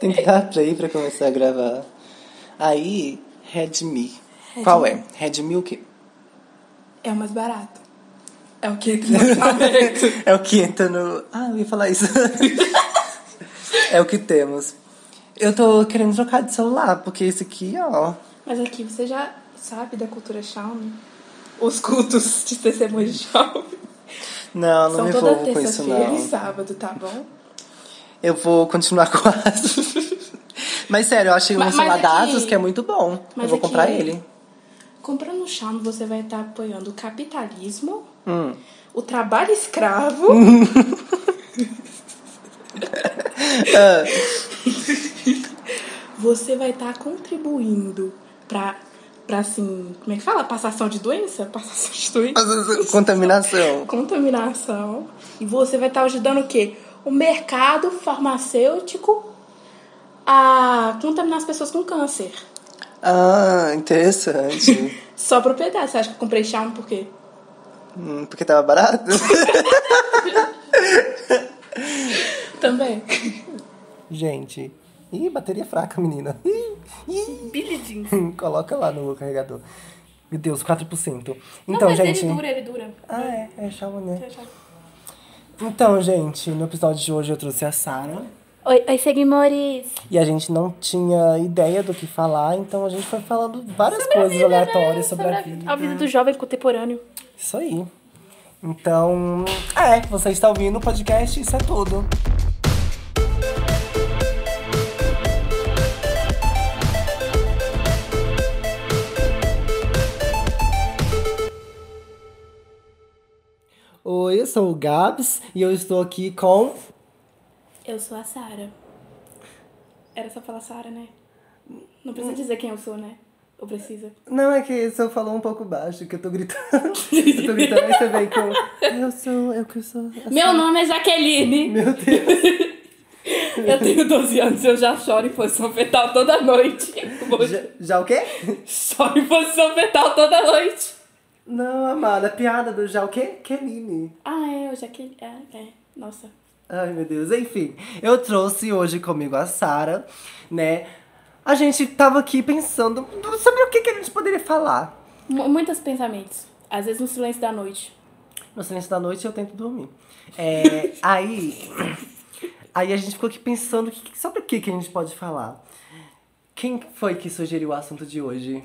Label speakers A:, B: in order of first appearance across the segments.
A: Tem que dar play pra começar a gravar. Aí, Redmi. Qual é? Redmi o quê?
B: É o mais barato. É o que entra no orçamento.
A: É o que entra no. Ah, eu ia falar isso. é o que temos. Eu tô querendo trocar de celular, porque esse aqui, ó.
B: Mas aqui você já sabe da cultura Xiaomi? Os cultos de testemunho de Xiaomi.
A: Não, não
B: São
A: me
B: toda
A: envolvo com isso,
B: terça-feira e
A: não.
B: sábado, tá bom?
A: Eu vou continuar com as. mas sério, eu achei um
B: Mas-
A: celular
B: mas
A: da
B: aqui-
A: Asus que é muito bom.
B: mas
A: eu vou
B: aqui-
A: comprar ele.
B: Comprando um Xiaomi, você vai estar apoiando o capitalismo,
A: Hum.
B: o trabalho escravo
A: Ah,
B: você vai estar contribuindo pra, pra, assim, como é que fala? Passação de doença? Passação de doença.
A: mas, contaminação.
B: Contaminação. E você vai estar ajudando o quê? O mercado farmacêutico a contaminar as pessoas com câncer.
A: Ah, interessante.
B: Só propriedade. Você acha que eu comprei Xiaomi por quê?
A: Hum, porque tava barato?
B: Também.
A: Gente. Ih, bateria fraca, menina. Ih, ih.
B: Billy Jeans.
A: Coloca lá no carregador. Meu Deus, 4%.
B: Não,
A: Então,
B: mas
A: gente.
B: ele dura, ele dura.
A: Ah, é, é Xiaomi, né? Então, gente, no episódio de hoje eu trouxe a Sara.
C: Oi, oi, seguimores!
A: E a gente não tinha ideia do que falar, então a gente foi falando várias coisas
B: né?
A: aleatórias né? sobre, a vida.
C: A vida do jovem contemporâneo.
A: Isso aí. Então, é, você está ouvindo o podcast, isso é tudo. Oi, eu sou o Gabs e eu estou aqui com.
B: Eu sou a Sara. Era só falar Sara, né? Não precisa dizer quem eu sou, né? Ou precisa?
A: Não, é que você falou um pouco baixo, que eu tô gritando. eu tô gritando e você vem com. Eu sou, eu que sou.
B: Meu nome é Jaqueline. Meu Deus. eu tenho 12 anos e eu já choro em posição fetal toda noite.
A: Já, já o quê?
B: Choro em posição fetal toda noite.
A: Não, amada, piada do já o quê? Kenine.
B: Ah, é, o Jaqueline. É, é. Nossa.
A: Ai, meu Deus. Enfim, eu trouxe hoje comigo a Sara, né? A gente tava aqui pensando sobre o que, que a gente poderia falar.
B: M- muitos pensamentos. Às vezes no silêncio da noite.
A: No silêncio da noite eu tento dormir. É, aí, aí a gente ficou aqui pensando que- que- sobre o que, que a gente pode falar. Quem foi que sugeriu o assunto de hoje?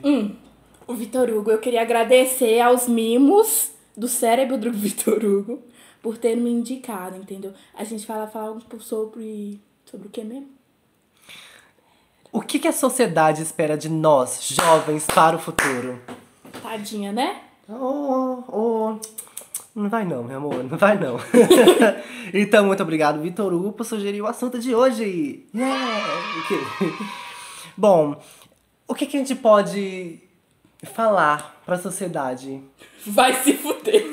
B: O Vitor Hugo, eu queria agradecer aos mimos do cérebro do Vitor Hugo por ter me indicado, entendeu? A gente fala, fala um pouco sobre. Sobre o que mesmo?
A: O que, que a sociedade espera de nós, jovens, para o futuro?
B: Tadinha, né?
A: Oh, oh. Não vai não, meu amor, não vai não. então, muito obrigado, Vitor Hugo, por sugerir o assunto de hoje. Yeah! Ok. Bom, o que, que a gente pode falar pra sociedade?
B: Vai se fuder.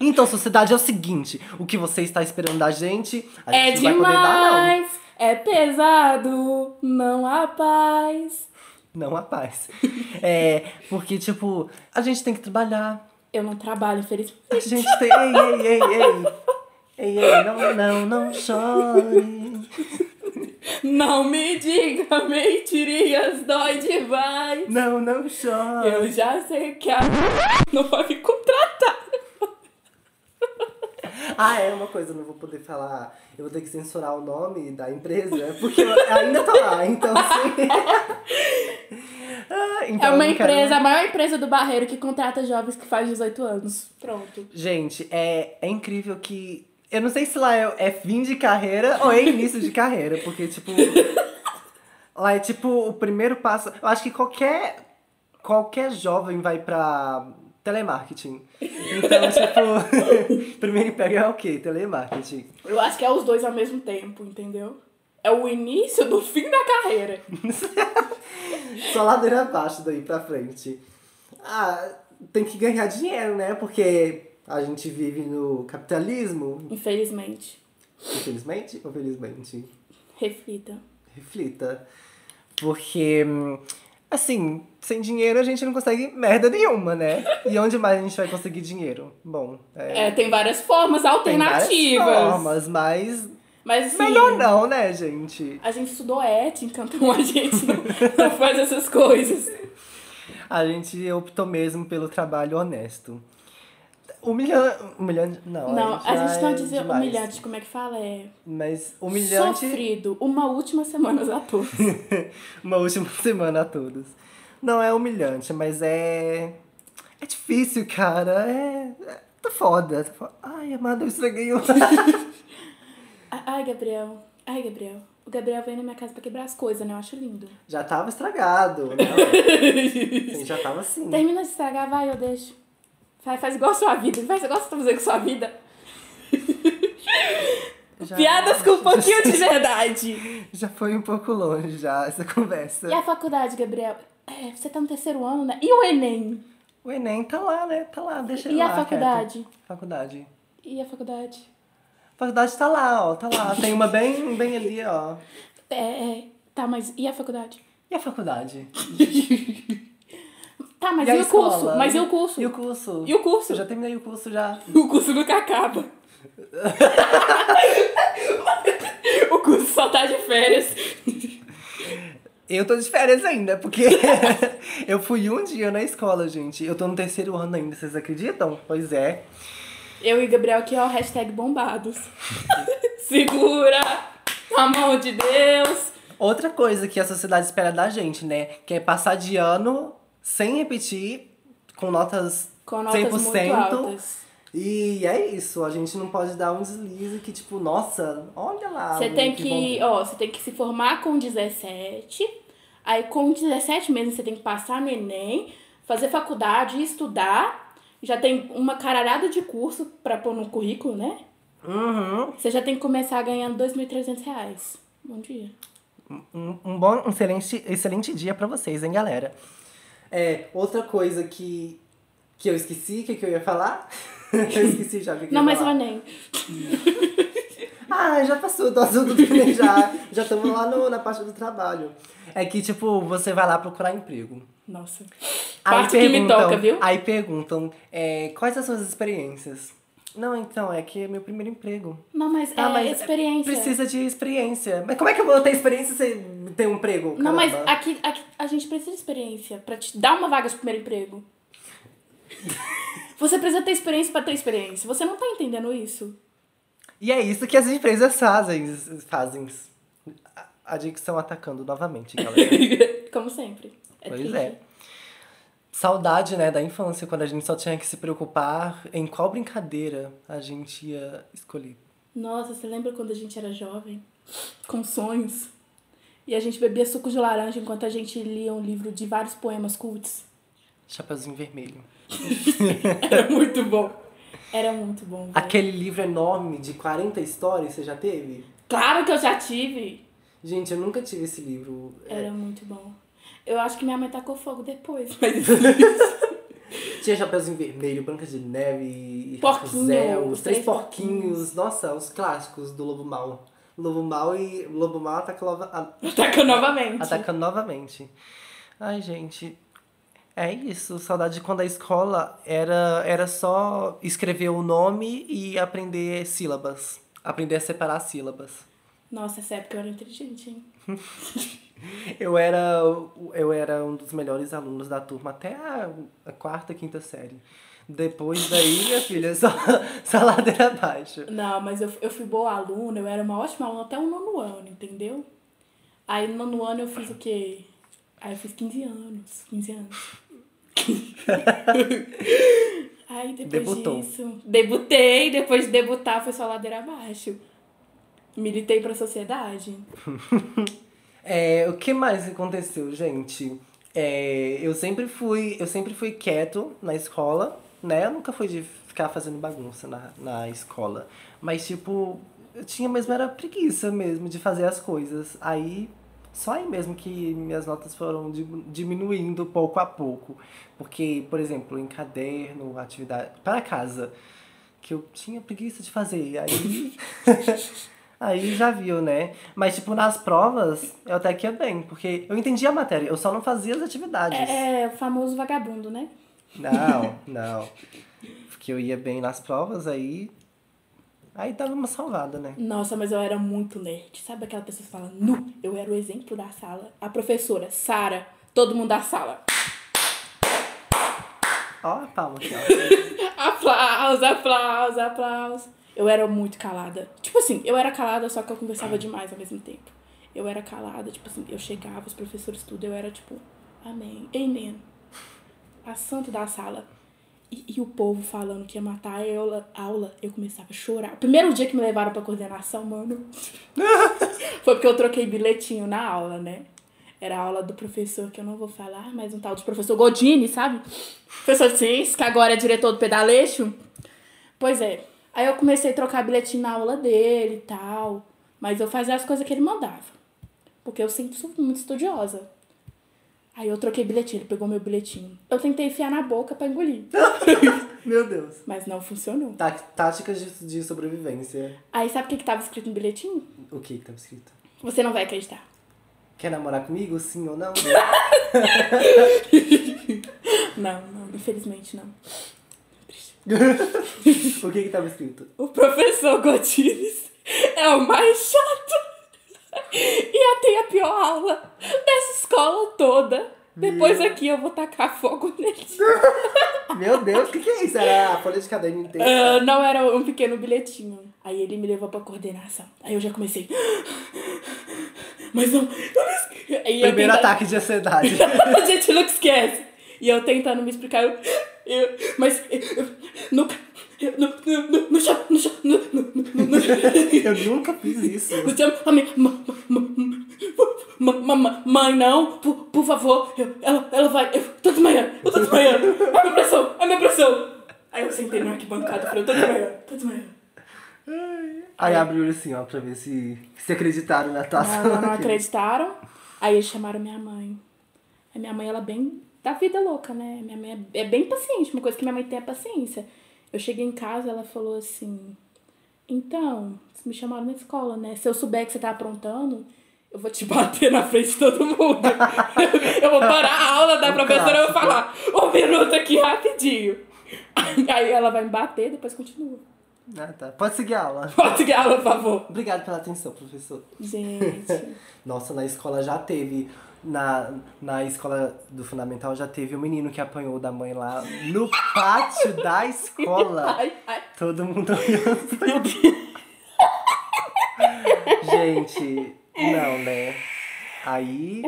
A: Então, sociedade é o seguinte: o que você está esperando da gente, a
B: É
A: gente não vai poder dar,
B: demais, é pesado, não há paz.
A: não. Não, rapaz. É, porque, tipo, a gente tem que trabalhar,
B: Eu não trabalho, infelizmente.
A: A gente tem. Ei, ei, ei, ei. Ei, ei, não, não, não chore.
B: Não me diga mentirinhas, dói demais.
A: Não, não chore.
B: Eu já sei que a não vai me contratar.
A: Ah, é uma coisa, eu não vou poder falar. Eu vou ter que censurar o nome da empresa, porque eu ainda tá lá, então sim. Ah, então
B: É uma
A: eu não quero-
B: empresa, a maior empresa do Barreiro que contrata jovens que faz 18 anos. Pronto.
A: Gente, é, é incrível que. Eu não sei se lá é, é fim de carreira ou é início de carreira, porque, tipo. lá é tipo o primeiro passo. Eu acho que qualquer. Qualquer jovem vai pra telemarketing. Então, tipo. primeiro emprego é o quê? Telemarketing.
B: Eu acho que é os dois ao mesmo tempo, entendeu? É o início do fim da carreira.
A: Só ladeira abaixo daí pra frente. Ah, tem que ganhar dinheiro, né? Porque a gente vive no capitalismo,
B: Infelizmente.
A: infelizmente ou felizmente?
B: Reflita.
A: reflita. Porque, hum, assim, sem dinheiro a gente não consegue merda nenhuma, né? E onde mais a gente vai conseguir dinheiro? Bom, é,
B: É, tem várias formas
A: tem várias
B: alternativas.
A: formas, mas
B: Mas assim,
A: Melhor não, né, gente?
B: a gente estudou ética, então a gente não, não faz essas coisas.
A: A gente optou mesmo pelo trabalho honesto. Humilhante. Humilhante. Não,
B: Não, a
A: já
B: gente não
A: é
B: dizer
A: demais.
B: humilhante, como é que fala? É.
A: Mas humilhante.
B: Sofrido. Uma última semana a todos.
A: Uma última semana a todos. Não é humilhante, mas é. É difícil, cara. É. é- Tá foda. Tá foda. Ai, amada, eu estraguei um. o.
B: A- Ai, Gabriel. Ai, Gabriel. O Gabriel veio na minha casa pra quebrar as coisas, né? Eu acho lindo.
A: já tava estragado, né? Assim, já tava assim.
B: Termina de estragar, vai, eu deixo. Faz, faz igual a sua vida. Faz igual você tá fazendo com a sua vida.
A: Já-
B: Piadas com um pouquinho de verdade.
A: Já foi um pouco longe, já, essa conversa.
B: E a faculdade, Gabriel? É, você tá no terceiro ano, né? E o Enem?
A: O Enem tá lá, né? Tá lá, deixa
B: E
A: lá.
B: a faculdade?
A: quieto. Faculdade.
B: E a faculdade?
A: A faculdade tá lá, ó. Tá lá. Tem uma bem, um bem ali, ó.
B: É, é. Tá, mas e a faculdade?
A: E a faculdade?
B: Tá, mas
A: E
B: e,
A: a
B: o curso?
A: escola?
B: Mas e o curso?
A: E o curso?
B: E o curso?
A: Eu já terminei o curso já.
B: O curso nunca acaba. o curso só tá de férias.
A: Eu tô de férias ainda, porque eu fui um dia na escola, gente. Eu tô no terceiro ano ainda, vocês acreditam? Pois é.
B: Eu e Gabriel aqui, ó, hashtag bombados. Segura a mão de Deus.
A: Outra coisa que a sociedade espera da gente, né? Que é passar de ano sem repetir, com notas
B: Com notas muito
A: 100%.
B: altas.
A: E é isso, a gente não pode dar um deslize que, tipo, nossa, olha lá.
B: Você tem
A: bom.
B: que, ó, você tem que se formar com 17. Aí com 17 mesmo você tem que passar no Enem, fazer faculdade, estudar. Já tem uma caralhada de curso pra pôr no currículo, né?
A: Uhum.
B: Você já tem que começar ganhando 2.300 reais. Bom dia.
A: Um, um bom, um excelente, excelente dia pra vocês, hein, galera. É, outra coisa que, que eu esqueci, que, que eu ia falar? eu esqueci já o que que
B: Não, é
A: eu ia
B: mas o
A: falar.
B: Enem.
A: Ah, já passou do assunto do Enem, já. Já estamos lá no, na parte do trabalho. É que, tipo, você vai lá procurar emprego.
B: Nossa.
A: Aí
B: Parte que me
A: perguntam- Ah,
B: toca, viu?
A: Aí perguntam, é, quais as suas experiências? Não, então, é que é meu primeiro emprego.
B: Não, mas
A: Tá,
B: é
A: mas
B: experiência.
A: Precisa de experiência. Mas como é que eu vou ter experiência sem ter um emprego?
B: Não, mas
A: caramba?
B: aqui, aqui a gente precisa de experiência pra te dar uma vaga de primeiro emprego. Você precisa ter experiência pra ter experiência. Você não tá entendendo isso?
A: E é isso que as empresas fazem. fazem. A- A dicção atacando novamente,
B: É
A: galera.
B: Como sempre. É
A: pois
B: triste.
A: é. Saudade, né, da infância, quando a gente só tinha que se preocupar em qual brincadeira a gente ia escolher.
B: Nossa, você lembra quando a gente era jovem? Com sonhos? E a gente bebia suco de laranja enquanto a gente lia um livro de vários poemas cults.
A: Chapeuzinho Vermelho.
B: Era muito bom. Era muito bom. velho.
A: Aquele livro enorme de 40 histórias, você já teve?
B: Claro que eu já tive.
A: Gente, eu nunca tive esse livro.
B: Era muito bom. Eu acho que minha mãe tacou fogo depois. Mas...
A: Tinha Chapeuzinho Vermelho, Branca de Neve,
B: Porquinho,
A: Zé, os
B: os
A: Três
B: Três
A: porquinhos. Nossa, os clássicos do Lobo Mal. Lobo Mal e Lobo Mal ataca lova- a-
B: Tacou novamente.
A: atacando novamente. Ai, gente. É isso, saudade de quando a escola era, era só escrever o nome e aprender sílabas. Aprender a separar sílabas.
B: Nossa, essa época eu era inteligente, hein?
A: Eu era, eu era um dos melhores alunos da turma até a, a quarta, quinta série. Depois daí, minha filha, só, só ladeira abaixo.
B: Não, mas eu, eu fui boa aluna, eu era uma ótima aluna até o nono ano, entendeu? Aí no nono ano eu fiz o quê? Aí eu fiz 15 anos. 15 anos. Aí depois
A: Debutou.
B: disso. Debutei, depois de debutar foi só ladeira abaixo. Militei pra sociedade.
A: É, o que mais aconteceu, gente? É, eu sempre fui, eu sempre fui quieto na escola, né? Eu nunca fui de ficar fazendo bagunça na, na escola. Mas tipo, eu tinha mesmo era preguiça mesmo de fazer as coisas. Aí só aí mesmo que minhas notas foram di- diminuindo pouco a pouco. Porque, por exemplo, em caderno, atividade para casa, que eu tinha preguiça de fazer. Aí Aí já viu, né? Mas, tipo, nas provas, eu até que ia bem, porque eu entendia a matéria, eu só não fazia as atividades.
B: É, é o famoso vagabundo, né?
A: Não, não. Porque eu ia bem nas provas, aí Aí dava uma salvada, né?
B: Nossa, mas eu era muito nerd. Sabe aquela pessoa que fala, nu, eu era o exemplo da sala. A professora, Sara, todo mundo da sala.
A: Ó a palma aqui, ó.
B: Aplausos, aplausos, aplausos. Eu era muito calada. Tipo assim, eu era calada, só que eu conversava demais ao mesmo tempo. Eu era calada, tipo assim, eu chegava, os professores tudo, eu era tipo, amém, amen. A santa da sala. E, e o povo falando que ia matar a aula, aula, eu começava a chorar. O primeiro dia que me levaram pra coordenação, mano, foi porque eu troquei bilhetinho na aula, né? Era a aula do professor que eu não vou falar, mas um tal de professor Godini, sabe? Professor de ciência, que agora é diretor do pedaleixo. Pois é. Aí eu comecei a trocar bilhetinho na aula dele e tal. Mas eu fazia as coisas que ele mandava. Porque eu sempre sou muito estudiosa. Aí eu troquei bilhetinho, ele pegou meu bilhetinho. Eu tentei enfiar na boca pra engolir,
A: Meu Deus.
B: mas não funcionou.
A: Tá- Táticas de, de sobrevivência.
B: Aí sabe o que, que tava escrito no bilhetinho?
A: O que que tá escrito?
B: Você não vai acreditar.
A: Quer namorar comigo? Sim ou não?
B: Não, não, infelizmente não.
A: o que que tava escrito?
B: O professor Godines é o mais chato. E tem a pior aula dessa escola toda. Depois aqui eu vou tacar fogo nele.
A: Meu Deus, o que que é isso? Era a folha de caderno inteira.
B: Ah, não era um pequeno bilhetinho. Aí ele me levou pra coordenação. Aí eu já comecei. Mas não. eu não esque-" Aí eu
A: Primeiro
B: tentando-
A: ataque de ansiedade.
B: a gente nunca esquece. E eu tentando me explicar, eu. eu- mas. eu- eu- nunca. eu- No, no, no, no chão, no chão, no, no, no, no,
A: Eu nunca fiz isso.
B: no chão. A minha, ma- ma- ma- ma- ma- mãe, não, por, por favor, eu- ela, ela vai. Eu tô desmaiando, eu tô desmaiando. É a minha pressão, é a minha pressão. Aí eu sentei na arquibancada e falei, eu tô desmaiando, tô desmaiando.
A: Aí abriu assim, ó, pra ver se, se acreditaram na atuação.
B: Não, não, não
A: daquele.
B: acreditaram. Aí eles chamaram minha mãe. A minha mãe, ela é bem da vida louca, né? Minha mãe é, é bem paciente, uma coisa que minha mãe tem é paciência. Eu cheguei em casa, ela falou assim: Então, vocês me chamaram na escola, né? Se eu souber que você tá aprontando, eu vou te bater na frente de todo mundo. eu vou parar a aula da
A: Um
B: professora e
A: clássico.
B: vou falar: Um minuto aqui rapidinho. Aí ela vai me bater, depois continua.
A: Ah, tá. Pode seguir a aula.
B: Pode seguir a aula, por favor.
A: Obrigado pela atenção, professor.
B: Gente.
A: Nossa, na escola já teve. Na, na escola do Fundamental já teve um menino que apanhou da mãe lá no pátio da escola.
B: Ai, ai.
A: Todo mundo olhando. Gente, não, né? Aí,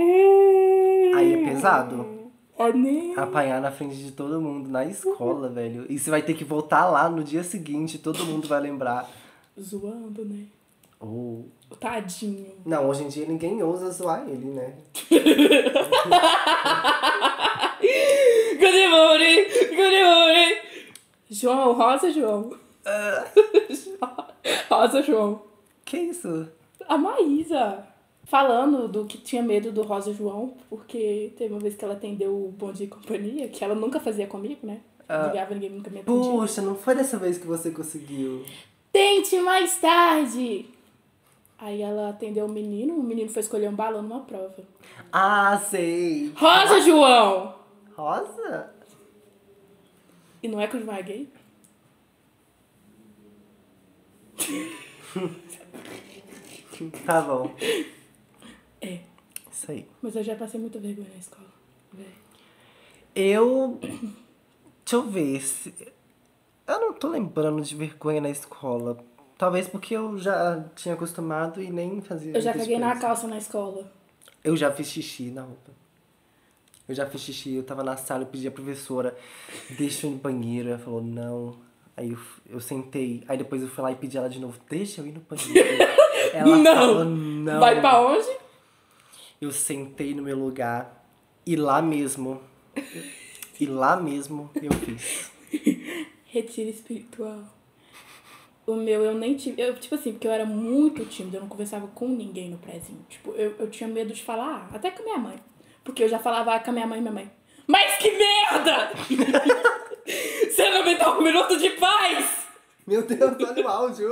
A: aí é pesado.
B: É nem.
A: Apanhar na frente de todo mundo na escola, velho. E você vai ter que voltar lá no dia seguinte, todo mundo vai lembrar.
B: Zoando, né?
A: Ou.
B: O tadinho.
A: Não, hoje em dia ninguém ousa zoar ele, né?
B: Good morning! Good morning! João, Rosa João. Ah. Rosa João.
A: Que isso?
B: A Maísa. Falando do que tinha medo do Rosa João, porque teve uma vez que ela atendeu o Bom Dia e Companhia, que ela nunca fazia comigo, né? Não ligava, ninguém nunca me atendia.
A: Puxa, não foi dessa vez que você conseguiu.
B: Tente mais tarde! Aí ela atendeu o menino, o menino foi escolher um balão numa prova.
A: Ah, sei.
B: Rosa João!
A: Rosa?
B: E não é que o João é gay?
A: Tá bom.
B: É.
A: Isso aí.
B: Mas eu já passei muita vergonha na escola. velho.
A: Eu. Deixa eu ver. se- Eu não tô lembrando de vergonha na escola. Talvez porque eu já tinha acostumado e nem fazia.
B: Eu já
A: muita
B: caguei na
A: diferença.
B: calça na escola.
A: Eu já fiz xixi na roupa. Eu já fiz xixi, eu tava na sala, eu pedi à professora, deixa eu ir no banheiro. Ela falou, não. Aí eu, eu sentei, aí depois eu fui lá e pedi ela de novo, deixa eu ir no banheiro. Ela
B: Não.
A: falou, não.
B: Vai pra onde?
A: Eu sentei no meu lugar e lá mesmo, e lá mesmo eu fiz.
B: Retiro espiritual. O meu, eu nem tive. Eu, tipo assim, porque eu era muito tímida, eu não conversava com ninguém no prézinho. Tipo, eu, eu tinha medo de falar, "Ah, até com minha mãe. Porque eu já falava "Ah, com a minha mãe e minha mãe. Mas que merda! Você não me dá um minuto de paz!
A: Meu Deus, olha o áudio.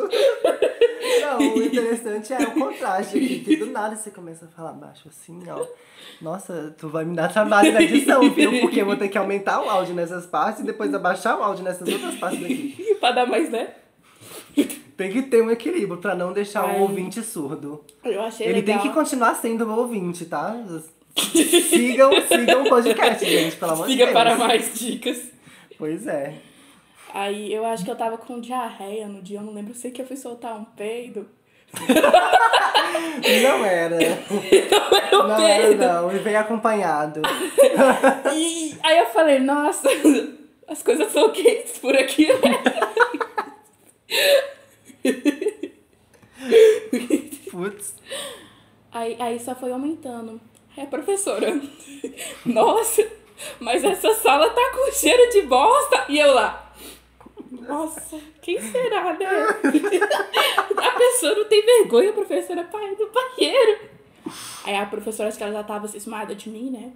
A: Não, o interessante é o contraste aqui, que do nada você começa a falar baixo assim, ó. Nossa, tu vai me dar trabalho na edição, viu? Porque eu vou ter que aumentar o áudio nessas partes e depois abaixar o áudio nessas outras partes daqui.
B: pra dar mais, né?
A: Tem que ter um equilíbrio pra não deixar
B: Ai.
A: o ouvinte surdo.
B: Eu achei
A: Ele
B: legal.
A: tem que continuar sendo meu ouvinte, tá? Sigam, sigam o podcast, gente, pelo amor de
B: Siga
A: Deus.
B: para mais dicas.
A: Pois é.
B: Aí eu acho que eu tava com diarreia no dia, eu não lembro, eu sei que eu fui soltar um peido.
A: Não era.
B: Eu
A: Não era,
B: peido.
A: não. E veio acompanhado.
B: E aí eu falei, nossa, as coisas são quentes por aqui. né?
A: Putz.
B: Aí, aí só foi aumentando. Aí a professora, nossa, mas essa sala tá com cheiro de bosta. E eu lá, nossa, quem será, né? A pessoa não tem vergonha, a professora, pai do banheiro. Aí a professora, acho que ela já tava cismada de mim, né?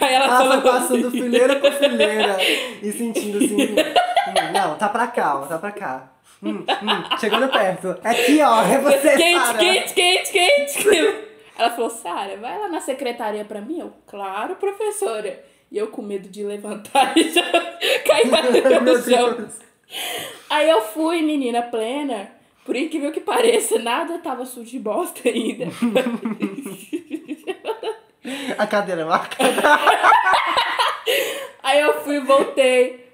B: aí ela
A: Ela foi
B: falou assim,
A: passando fileira por fileira e sentindo assim. hum, Não, tá pra cá, ó, tá pra cá. Hum, hum, chegando perto. É aqui, ó, é você, Sara.
B: quente, quente, quente, quente. Ela falou, Sara, vai lá na secretaria pra mim? Eu, claro, professora. E eu com medo de levantar e já cair batendo
A: Meu
B: no chão.
A: Deus.
B: Aí eu fui, menina plena. Por incrível que pareça, nada tava sujo de bosta ainda.
A: A cadeira marca.
B: Aí eu fui e voltei.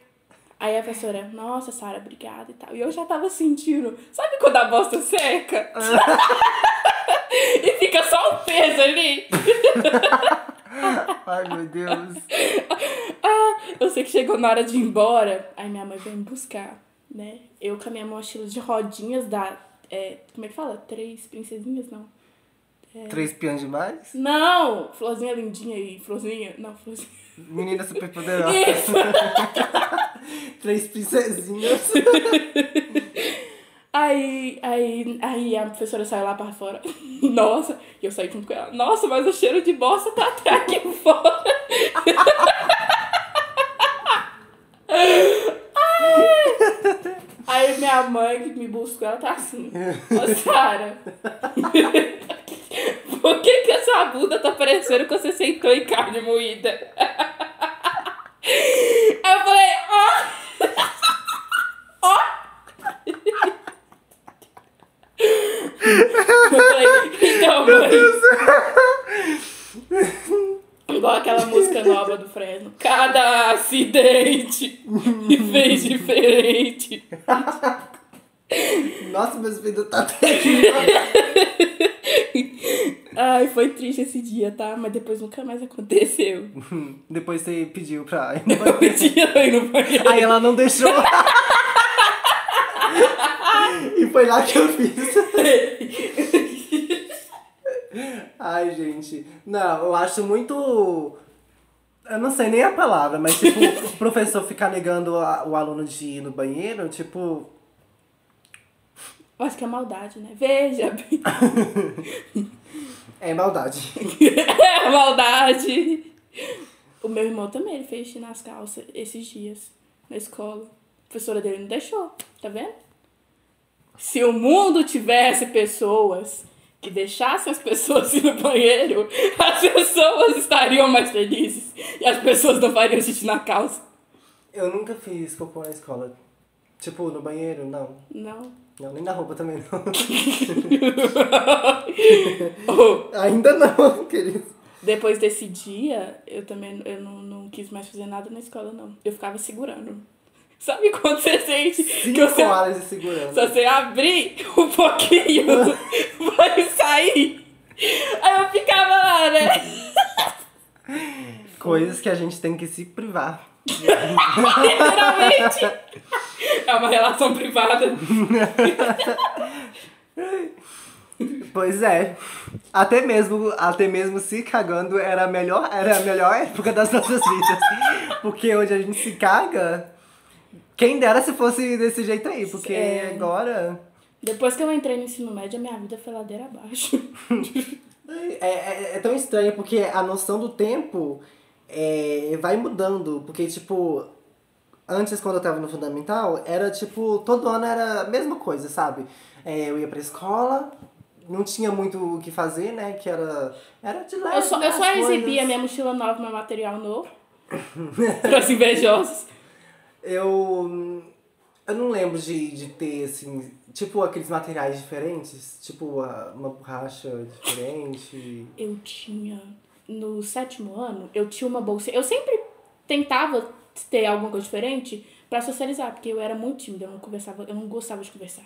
B: Aí a professora, nossa, Sara, obrigada e tal. E eu já tava sentindo, sabe quando a bosta seca?
A: Ah.
B: e fica só o peso ali.
A: Ai, meu Deus.
B: Eu sei que chegou na hora de ir embora, aí minha mãe veio me buscar, né? Eu com a minha mochila de rodinhas da. é, como é que fala? Três princesinhas? Não.
A: Três peões demais?
B: Não! Florzinha lindinha e florzinha. Não, florzinha.
A: Menina super poderosa.
B: Isso!
A: Três princesinhas.
B: Aí, aí, aí a professora saiu lá pra fora. Nossa! E eu saí junto com ela. Nossa, mas o cheiro de bosta tá até aqui fora. Ai! Aí minha mãe que me buscou, ela tá assim. Ô, Sara. Por que que essa bunda tá parecendo que você sentou em carne moída? Aí eu falei, ó! Eu falei, então, mãe. Igual aquela música nova do Fresno. Cada acidente me fez diferente.
A: Nossa, meus filhos tá até aqui.
B: Ai, foi triste esse dia, tá? Mas depois nunca mais aconteceu.
A: Hum, Depois você pediu pra.
B: Eu pedi ela ir no banheiro.
A: Aí ela não deixou. e foi lá que eu fiz. Ai, gente. Não, eu acho muito. Eu não sei nem a palavra, mas tipo, o professor ficar negando a- o aluno de ir no banheiro, tipo.
B: Eu Acho que é maldade, né? Veja bem.
A: É maldade.
B: É maldade. O meu irmão também, ele fez xixi nas calças esses dias, na escola. A professora dele não deixou, tá vendo? Se o mundo tivesse pessoas que deixassem as pessoas ir no banheiro, as pessoas estariam mais felizes e as pessoas não fariam xixi na calça.
A: Eu nunca fiz cocô na escola. Tipo, no banheiro, não.
B: Não.
A: Não, nem na roupa também não.
B: Oh,
A: Ainda não, querido.
B: depois desse dia, eu também eu não, não quis mais fazer nada na escola, não. Eu ficava segurando. Sabe quando você sente que
A: Cinco
B: você
A: horas de segurança.
B: Se você abrir um pouquinho, vai sair. Aí eu ficava lá, né?
A: Coisas que a gente tem que se privar.
B: Literalmente. É uma relação privada.
A: Pois é. Até mesmo, até mesmo se cagando era a melhor, era a melhor época das nossas vidas. Porque onde a gente se caga, quem dera se fosse desse jeito aí, porque
B: É.
A: agora
B: Depois que eu entrei no ensino médio, a minha vida foi ladeira abaixo.
A: é, é, é tão estranho porque a noção do tempo é, vai mudando, porque tipo antes quando eu tava no fundamental era tipo todo ano era a mesma coisa, sabe? É, eu ia pra escola, não tinha muito o que fazer, né? Que era era de leve,
B: Eu só,
A: né,
B: eu só
A: as coisas.
B: exibia minha mochila nova, meu material novo. Pras invejosos.
A: Eu. Eu não lembro de, de ter, assim, tipo aqueles materiais diferentes, tipo a- uma borracha diferente.
B: Eu tinha. No sétimo ano, eu tinha uma bolsa. Eu sempre tentava ter alguma coisa diferente pra socializar, porque eu era muito tímida, eu não conversava, eu não gostava de conversar.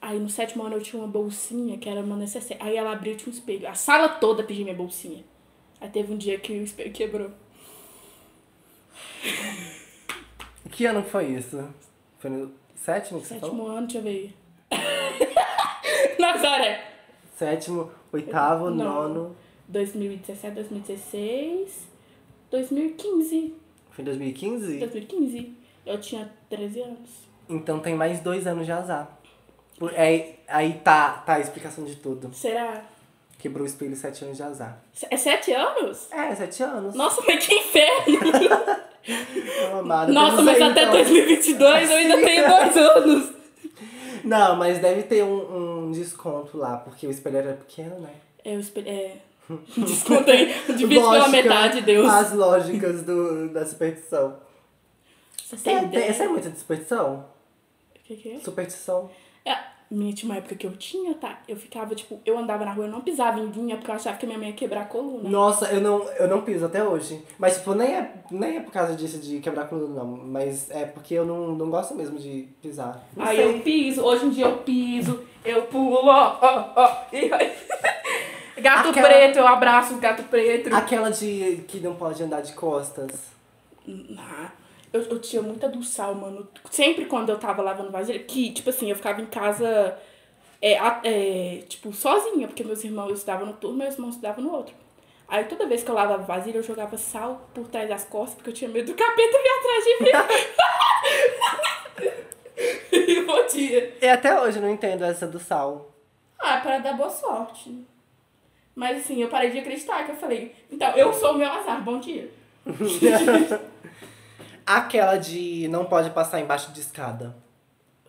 B: Aí no sétimo ano eu tinha uma bolsinha que era uma necessária. Aí ela abriu e tinha um espelho. A sala toda pediu minha bolsinha. Aí teve um dia que o espelho quebrou.
A: Que ano que foi isso? Foi no sétimo que você falou?
B: Sétimo ano, deixa eu ver aí. Nazaré!
A: Sétimo, oitavo,
B: Não.
A: nono.
B: 2017, 2016, 2015.
A: Foi em
B: Então-
A: 2015?
B: 2015. Eu tinha 13 anos.
A: Então tem mais dois anos de azar. Por- é- aí tá, tá a explicação de tudo.
B: Será?
A: Quebrou o espelho sete anos de azar.
B: Se- É sete anos?
A: É, sete anos.
B: Nossa, mas que
A: Ah,
B: inferno!
A: Meu amado,
B: Nossa,
A: temos
B: mas
A: aí,
B: até
A: então.
B: 2022 eu ainda
A: Sim.
B: tenho dois anos.
A: Não, mas deve ter um, um desconto lá, porque o espelho era pequeno, né?
B: Eu espelho. É. Desconta aí. Divide pela
A: Lógica,
B: metade, Deus.
A: As lógicas do, da superstição.
B: Você
A: Você
B: tem ideia?
A: é, você é muito de superstição?
B: O que que é?
A: Superstição.
B: É, Minha tinha uma época que eu tinha, tá? Eu ficava, tipo, eu andava na rua, eu não pisava em linha porque eu achava que minha mãe ia quebrar a coluna.
A: Nossa, eu não, eu não piso até hoje. Mas, tipo, nem é, nem é por causa disso de quebrar coluna, não. Mas é porque eu não, não gosto mesmo de pisar. Não
B: Aí
A: sei.
B: Ah, eu piso, hoje em dia eu piso, eu pulo, ó, ó, ó. e aí- Gato
A: Aquela-
B: preto, eu abraço o gato preto.
A: Aquela de que não pode andar de costas.
B: Ah, eu, eu tinha muita do sal, mano. Sempre quando eu tava lavando vasilha, que, tipo assim, eu ficava em casa, é, a- é, tipo, sozinha, porque meus irmãos estudavam no turno, meus irmãos estudavam no outro. Aí toda vez que eu lavava vasilha, eu jogava sal por trás das costas, porque eu tinha medo do capeta vir atrás de mim. e eu odia.
A: E até hoje eu não entendo essa do sal.
B: Ah, para dar boa sorte. né? Mas assim, eu parei de acreditar, que eu falei, então, eu sou o meu azar, bom dia.
A: Aquela de não pode passar embaixo de escada.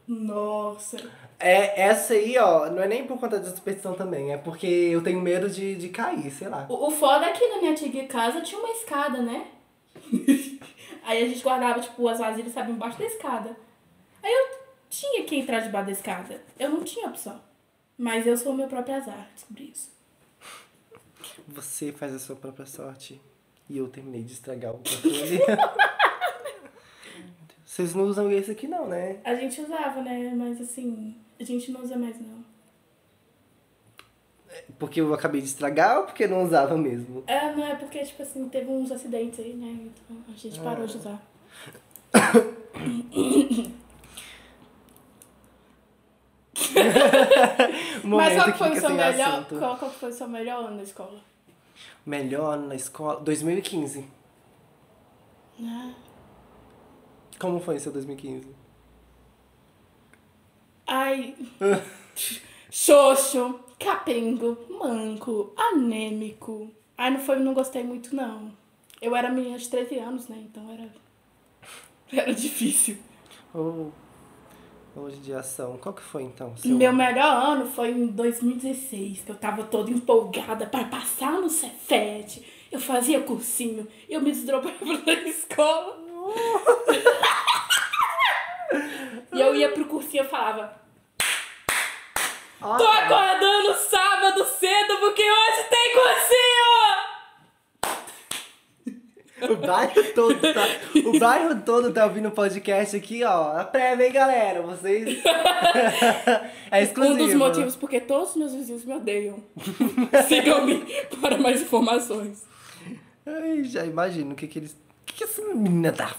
B: Nossa.
A: É, essa aí, ó, não é nem por conta da superstição também, é porque eu tenho medo de, de cair, sei lá.
B: O, o foda é que na minha antiga casa tinha uma escada, né? Aí a gente guardava, tipo, as vasilhas, sabe, embaixo da escada. Aí eu tinha que entrar debaixo da escada. Eu não tinha opção. Mas eu sou o meu próprio azar, descobri isso.
A: Você faz a sua própria sorte. E eu terminei de estragar o controle. Vocês não usam esse aqui não, né?
B: A gente usava, né? Mas assim, a gente não usa mais, não.
A: Porque eu acabei de estragar ou porque não usava mesmo?
B: É, não é porque, tipo assim, teve uns acidentes aí, né? Então a gente parou de usar. Mas qual que foi o seu melhor? Qual, qual que foi o seu melhor ano na escola?
A: Melhor na escola? 2015.
B: Ah.
A: Como foi o seu 2015?
B: Ai. Xoxo, capengo, manco, anêmico. Ai, não foi, não gostei muito, não. Eu era menina de 13 anos, né? Então era. Era difícil.
A: Ou... Oh, Hoje de ação. Qual que foi então? o seu-
B: Meu melhor ano foi em 2016, que eu tava toda empolgada pra passar no Cefete. Eu fazia cursinho, eu me desdobava na escola. e eu ia pro cursinho e eu falava,
A: Ó,
B: Tô acordando sábado cedo porque hoje tem cursinho!
A: O bairro todo tá. O bairro todo tá ouvindo o podcast aqui, ó. A prévia, hein, galera? Vocês. é exclusivo.
B: Um dos motivos porque todos os meus vizinhos me odeiam. Sigam-me para mais informações.
A: Ai, já imagino o que, que eles. O que, que essa menina tá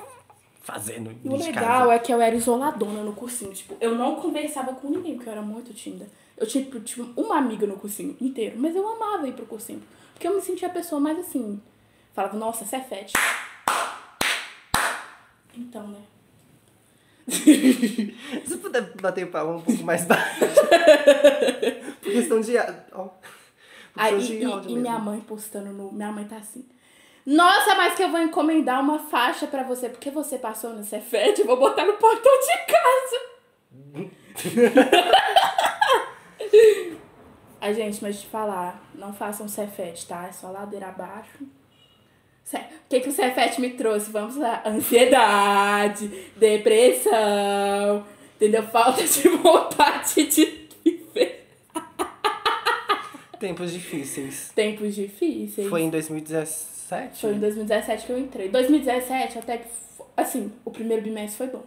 A: fazendo?
B: E o
A: de
B: legal
A: casa?
B: é que eu era isoladona no cursinho. Tipo, eu não conversava com ninguém porque eu era muito tímida. Eu tinha, tipo, tinha uma amiga no cursinho inteiro, mas eu amava ir pro cursinho. Porque eu me sentia a pessoa mais assim. Falava, nossa, é Cefete. Então, né?
A: Se puder bater o palmo um pouco mais baixo. Por questão de. á- Ó. Por
B: Aí,
A: questão
B: Ah, e,
A: de áudio
B: e
A: mesmo.
B: minha mãe postando no. Minha mãe tá assim. Nossa, mas que eu vou encomendar uma faixa pra você, porque você passou no Cefet, eu vou botar no portão de casa. Ai, gente, mas te falar, não façam Cefet, tá? É só ladeira abaixo. Cé- O que, que o Cefet me trouxe? Vamos lá. Ansiedade, depressão, entendeu? Falta de vontade de viver.
A: Tempos difíceis.
B: Tempos difíceis.
A: Foi em 2017?
B: Foi em 2017 que eu entrei. 2017 até que, fo- assim, o primeiro bimestre foi bom.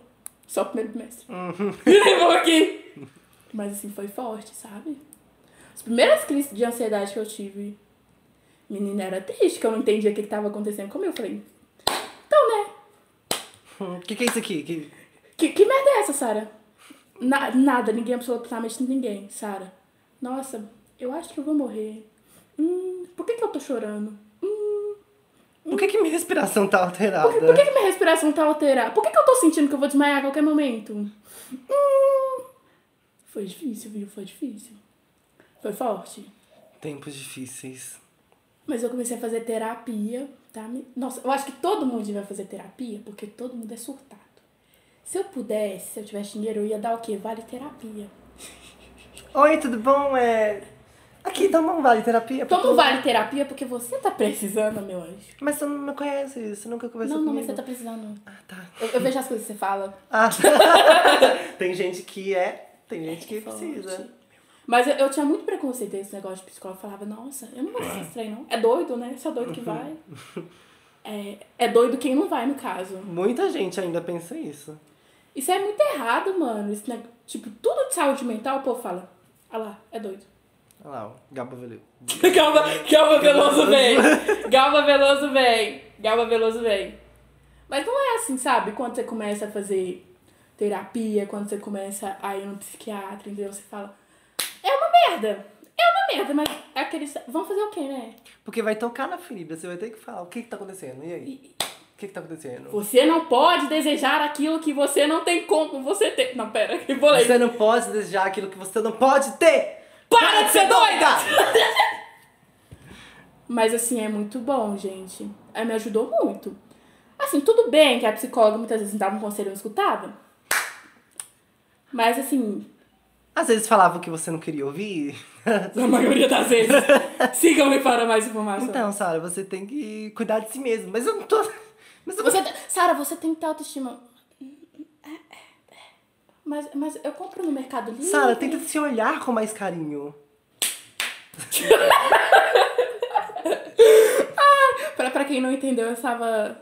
B: Só o primeiro bimestre. Virei bom aqui. Mas assim, foi forte, sabe? As primeiras crises de ansiedade que eu tive, menina, era triste, que eu não entendia o que, que tava acontecendo comigo. Eu falei, então, né?
A: O que, que é isso aqui? Que-
B: Que, que merda é essa, Sara? Na- nada, ninguém, absolutamente ninguém, Sara. Nossa, eu acho que eu vou morrer. Hum, por que, que eu tô chorando? Hum,
A: Por que, que minha respiração tá alterada?
B: Por, que- por que, que minha respiração tá alterada? Por que, que eu tô sentindo que eu vou desmaiar a qualquer momento? Hum. Foi difícil, viu? Foi difícil. Foi forte.
A: Tempos difíceis.
B: Mas eu comecei a fazer terapia, tá? Nossa, eu acho que todo mundo devia fazer terapia, porque todo mundo é surtado. Se eu pudesse, se eu tivesse dinheiro, eu ia dar o quê? Vale terapia.
A: Oi, tudo bom? É... Aqui, toma um vale terapia.
B: Toma um vale terapia porque você tá precisando, meu anjo.
A: Mas você não me conhece, você nunca conversou
B: Não, não, mas
A: comigo.
B: você tá precisando.
A: Ah, tá.
B: Eu, eu vejo as coisas que você fala.
A: Ah, tá. tem gente que é, tem gente que
B: Forte.
A: precisa.
B: Mas eu, eu tinha muito preconceito desse negócio de psicólogo. Eu falava, nossa, eu não vou assistir esse trem, não. É doido, né? Só doido que vai. É, é doido quem não vai, no caso.
A: Muita gente ainda pensa isso.
B: Isso é muito errado, mano. Esse neg- Tipo, tudo de saúde mental, o povo fala, ah lá, é doido.
A: Olha lá, o Gabo valeu.
B: Galva, Galva Veloso vem. Galva Veloso vem. Galva Veloso vem. Mas não é assim, sabe? Quando você começa a fazer terapia, quando você começa a ir no psiquiatra, entendeu? Você fala, é uma merda. É uma merda, mas é aquele... Vamos fazer o quê, né?
A: Porque vai tocar na ferida, você vai ter que falar o que que tá acontecendo, e aí? O que que tá acontecendo?
B: Você não pode desejar aquilo que você não tem como você ter. Não, pera, que bolei.
A: Você não pode desejar aquilo que você não pode ter!
B: Para de ser doida!
A: Tá.
B: Mas assim, é muito bom, gente. Aí me ajudou muito. Assim, tudo bem que a psicóloga muitas vezes me dava um conselho e eu não escutava. Mas assim,
A: Às vezes falava o que você não queria ouvir.
B: na maioria das vezes, sigam-me para mais informações.
A: Então, Sara, você tem que cuidar de si mesmo. Mas eu não tô. Mas eu...
B: Você te- Sara, você tem que ter autoestima. Mas, mas eu compro no Mercado Livre.
A: Sara, tenta se olhar com mais carinho.
B: Pra, pra quem não entendeu, eu estava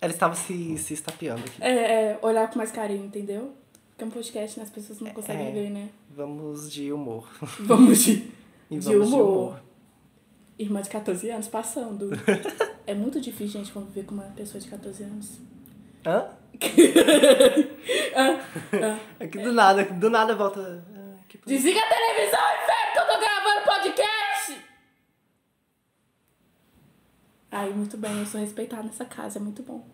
A: Ela estava se, se estapeando aqui.
B: é, é, olhar com mais carinho, entendeu? Porque é um podcast, né? As pessoas não conseguem
A: É.
B: ver, né?
A: Vamos de humor.
B: Vamos de,
A: E
B: de
A: vamos de
B: humor.
A: humor.
B: Irmã de 14 anos passando. é muito difícil, gente, conviver com uma pessoa de 14 anos. Ah,
A: Hã? Aqui É do nada, do nada volta. Ah, que p-
B: Desliga a televisão, inferno, que eu tô gravando podcast! Ai, muito bem, eu sou respeitada nessa casa, é muito bom.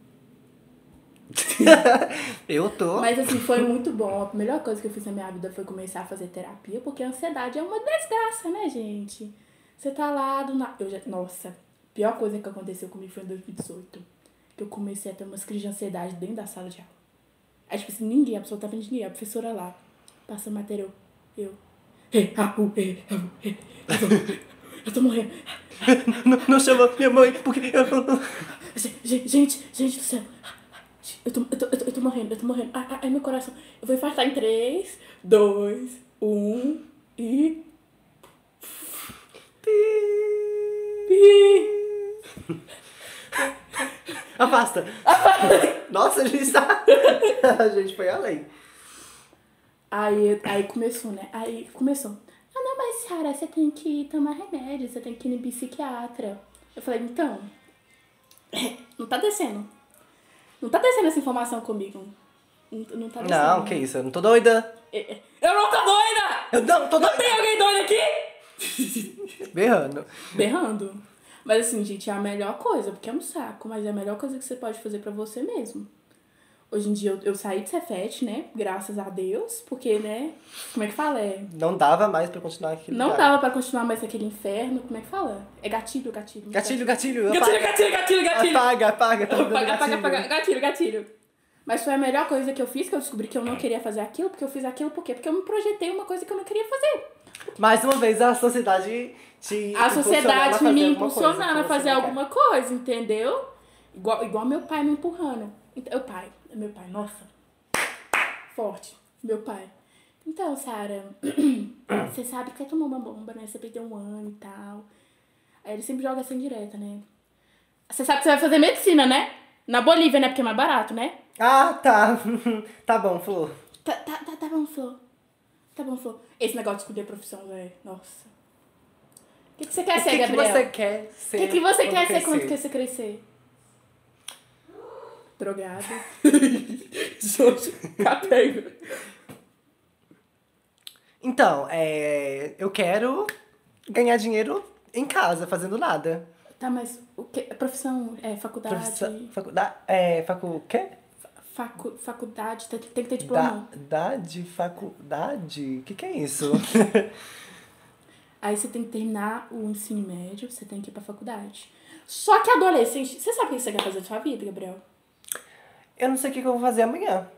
A: Eu tô.
B: Mas assim, foi muito bom. A melhor coisa que eu fiz na minha vida foi começar a fazer terapia, porque a ansiedade é uma desgraça, né, gente? Você tá lá do na... eu já... Nossa, a pior coisa que aconteceu comigo foi em 2018. Que eu comecei a ter umas crises de ansiedade dentro da sala de aula. Aí, tipo assim, ninguém, absolutamente ninguém, a professora lá, passando material. Eu. "Eh, ah, uh, eh, ah, uh, eh." Eu tô- Eu tô morrendo.
A: Não, não chama minha mãe, porque eu não.
B: Gen- gen- Gente, gente do céu. Eu tô, eu tô, eu tô, eu tô morrendo, eu tô morrendo. Ai, ai, ai, meu coração. Eu vou infartar em 3, 2, 1 e. Pi.
A: Afasta! Nossa, a gente tá. A gente foi além.
B: Aí, aí começou, né? Aí começou. Ah, não, mas Sara, você tem que tomar remédio, você tem que ir no psiquiatra. Eu falei, então. Não tá descendo. Não tá descendo essa informação comigo. Não, não tá descendo. É,
A: Não, que isso, eu não tô doida.
B: Eu não tô doida!
A: Eu não tô
B: Não
A: doida!
B: tem alguém doido aqui?
A: Berrando.
B: Berrando. Mas assim, gente, é a melhor coisa, porque é um saco, mas é a melhor coisa que você pode fazer pra você mesmo. Hoje em dia eu, eu saí de Cefete, né? Graças a Deus, porque, né? Como é que fala? É,
A: Não dava mais pra continuar aqui.
B: não dava pra continuar mais naquele inferno, como é que fala? É gatilho, gatilho. então.
A: Gatilho, gatilho.
B: gatilho,
A: apaga.
B: gatilho, gatilho, gatilho.
A: Apaga, apaga. Tá me dando
B: Paga, paga,
A: gatilho.
B: paga, gatilho, gatilho. Mas foi a melhor coisa que eu fiz, que eu descobri que eu não queria fazer aquilo, porque eu fiz aquilo por quê? Porque eu me projetei uma coisa que eu não queria fazer.
A: Mais uma vez, a sociedade te.
B: A
A: impulsionando fazer
B: sociedade me
A: alguma coisa né,
B: impulsionando a
A: que
B: fazer
A: você não quer.
B: alguma coisa, entendeu? Igual, igual meu pai me empurrando. Então, meu pai, meu pai, nossa. Forte, meu pai. Então, Sara, você sabe que você tomou uma bomba, né? Você perdeu um ano e tal. Aí ele sempre joga assim direta, né? Você sabe que você vai fazer medicina, né? Na Bolívia, né? Porque é mais barato, né?
A: Ah, tá. tá bom, Flor.
B: Tá, tá, tá, tá bom, Flor. Tá bom, Flor. Esse negócio de escolher profissão, velho. Nossa. O que, que você quer
A: o que,
B: ser,
A: que
B: Gabriel?
A: você quer ser?
B: O que, que você
A: quando
B: quer ser quando
A: crescer?
B: que você crescer? Drogado.
A: Então, é, eu quero ganhar dinheiro em casa, fazendo nada.
B: Tá, mas o que? Profissão, é, faculdade.
A: Profissão- faculdade. É, facu. Quê?
B: facu- faculdade, tem, que- tem que ter
A: Da,
B: diploma.
A: da de faculdade? O que, que é isso?
B: Aí você tem que terminar o ensino médio, você tem que ir pra faculdade. Só que adolescente, você sabe o que você quer fazer da sua vida, Gabriel?
A: eu não sei o que, que eu vou fazer amanhã.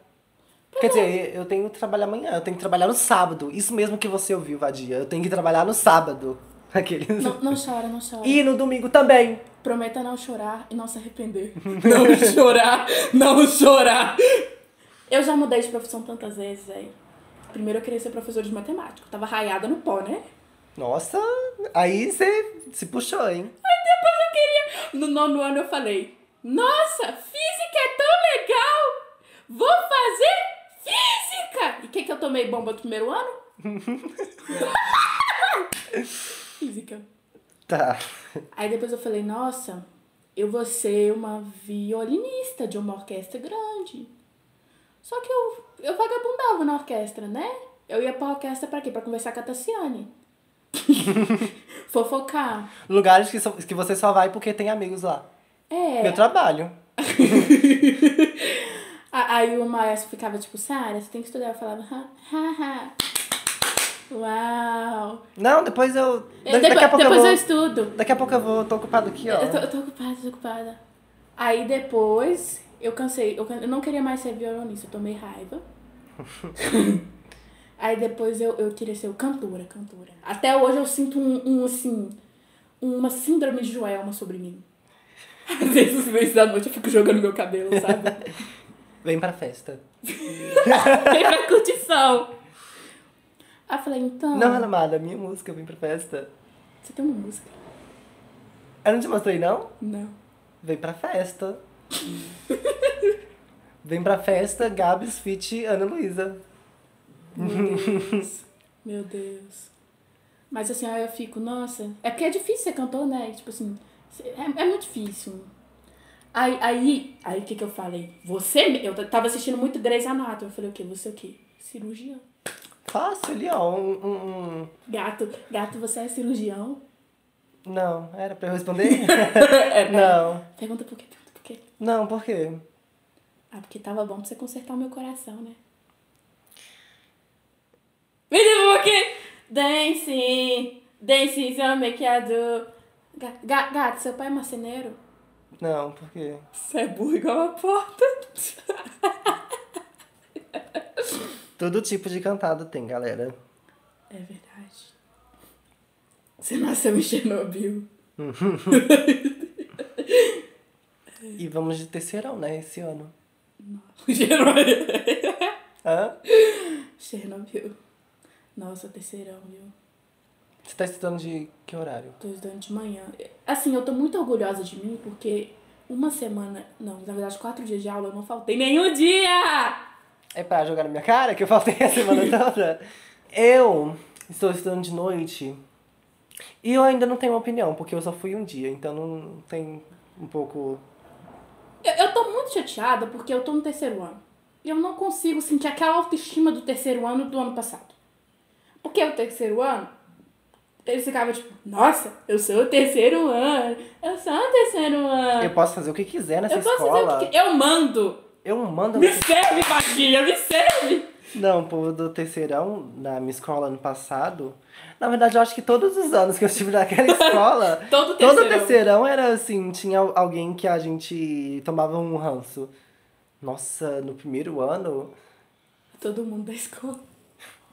A: Quer dizer, eu tenho que trabalhar amanhã, eu tenho que trabalhar no sábado. Isso mesmo que você ouviu, Vadia. Eu tenho que trabalhar no sábado. Aqueles.
B: Não, não chora, não chora.
A: E no domingo também.
B: Prometa não chorar e não se arrepender. Não chorar, não chorar. Eu já mudei de profissão tantas vezes, velho. Primeiro eu queria ser professor de matemática. Eu Tava raiada no pó, né?
A: Nossa, aí você se puxou, hein?
B: No nono ano eu falei: Nossa, física é tão legal! Vou fazer física! E o que, que eu tomei bomba do primeiro ano? física.
A: Tá.
B: Aí depois eu falei, nossa, eu vou ser uma violinista de uma orquestra grande. Só que eu, eu vagabundava na orquestra, né? Eu ia pra orquestra pra quê? Pra conversar com a Tassiane. Fofocar.
A: Lugares que, só- que você só vai porque tem amigos lá.
B: É.
A: Meu trabalho.
B: A- Aí o maestro ficava tipo, Sara, você tem que estudar. Eu falava, ha, ha, ha. Uau.
A: Não, depois eu. da-
B: Eu- É, depois
A: daqui a pouco
B: depois
A: eu vou.
B: eu estudo.
A: Daqui a pouco eu vou. Tô ocupado aqui, ó.
B: Eu tô, eu tô ocupada, tô ocupada. Aí depois eu cansei, eu, can- eu não queria mais ser violonista, eu tomei raiva. Aí depois eu, eu queria ser cantora, cantora. Até hoje eu sinto um, um assim, uma síndrome de Joelma sobre mim. Às vezes, às vezes da noite eu fico jogando meu cabelo, sabe?
A: Vem pra festa.
B: Vem pra curtição. Aí eu falei, então,
A: Não, Renamada, minha música, vem pra festa.
B: você tem uma música?
A: Eu não te mostrei, não?
B: Não.
A: Vem pra festa. Vem pra festa, Gabs, Fit, Ana Luísa.
B: Meu Deus. Meu Deus. Mas assim, aí eu fico, nossa. É porque é difícil ser cantor, né? Tipo assim, é, é muito difícil. Aí, aí, aí o que que eu falei? Você, me- eu tava assistindo muito Grey's Anatomy. Eu falei, o quê? Você é o quê? Cirurgião.
A: Fácil ali, ó. Um, um- um-
B: Gato, gato, você é cirurgião?
A: Não, era pra eu responder?
B: É,
A: não.
B: Pergunta por quê, pergunta por quê.
A: Não, por quê?
B: Ah, porque tava bom pra você consertar o meu coração, né? Me diga por quê? Dance, dance, seu maquiador. Ga- ga- Gato, seu pai é marceneiro?
A: Não, por quê?
B: Você é burro igual uma porta.
A: Todo tipo de cantado tem, galera.
B: É verdade. Você nasceu em Chernobyl.
A: E vamos de terceirão, né, esse ano.
B: Chernobyl.
A: Hã?
B: Chernobyl. Nossa, terceirão, viu?
A: Você tá estudando de que horário?
B: Tô estudando de manhã. Assim, eu tô muito orgulhosa de mim porque uma semana, não, na verdade quatro dias de aula eu não faltei nenhum dia!
A: É pra jogar na minha cara que eu faltei a semana toda? Eu estou estudando de noite e eu ainda não tenho uma opinião, porque eu só fui um dia, então não tem um pouco.
B: Eu, eu tô muito chateada porque eu tô no terceiro ano. E eu não consigo sentir aquela autoestima do terceiro ano do ano passado. Porque o terceiro ano, eles ficavam tipo, nossa, eu sou o terceiro ano, eu sou o terceiro ano.
A: Eu posso fazer o que quiser nessa
B: Ah. Eu posso
A: escola.
B: fazer o que que- Eu mando!
A: Eu mando.
B: Me serve, Patinha, me serve!
A: Não, o povo do terceirão, na minha escola ano passado. Na verdade, eu acho que todos os anos que eu estive naquela escola.
B: Todo terceiro.
A: Todo terceirão era assim, tinha al- alguém que a gente tomava um ranço. Nossa, no primeiro ano,
B: Todo mundo da escola.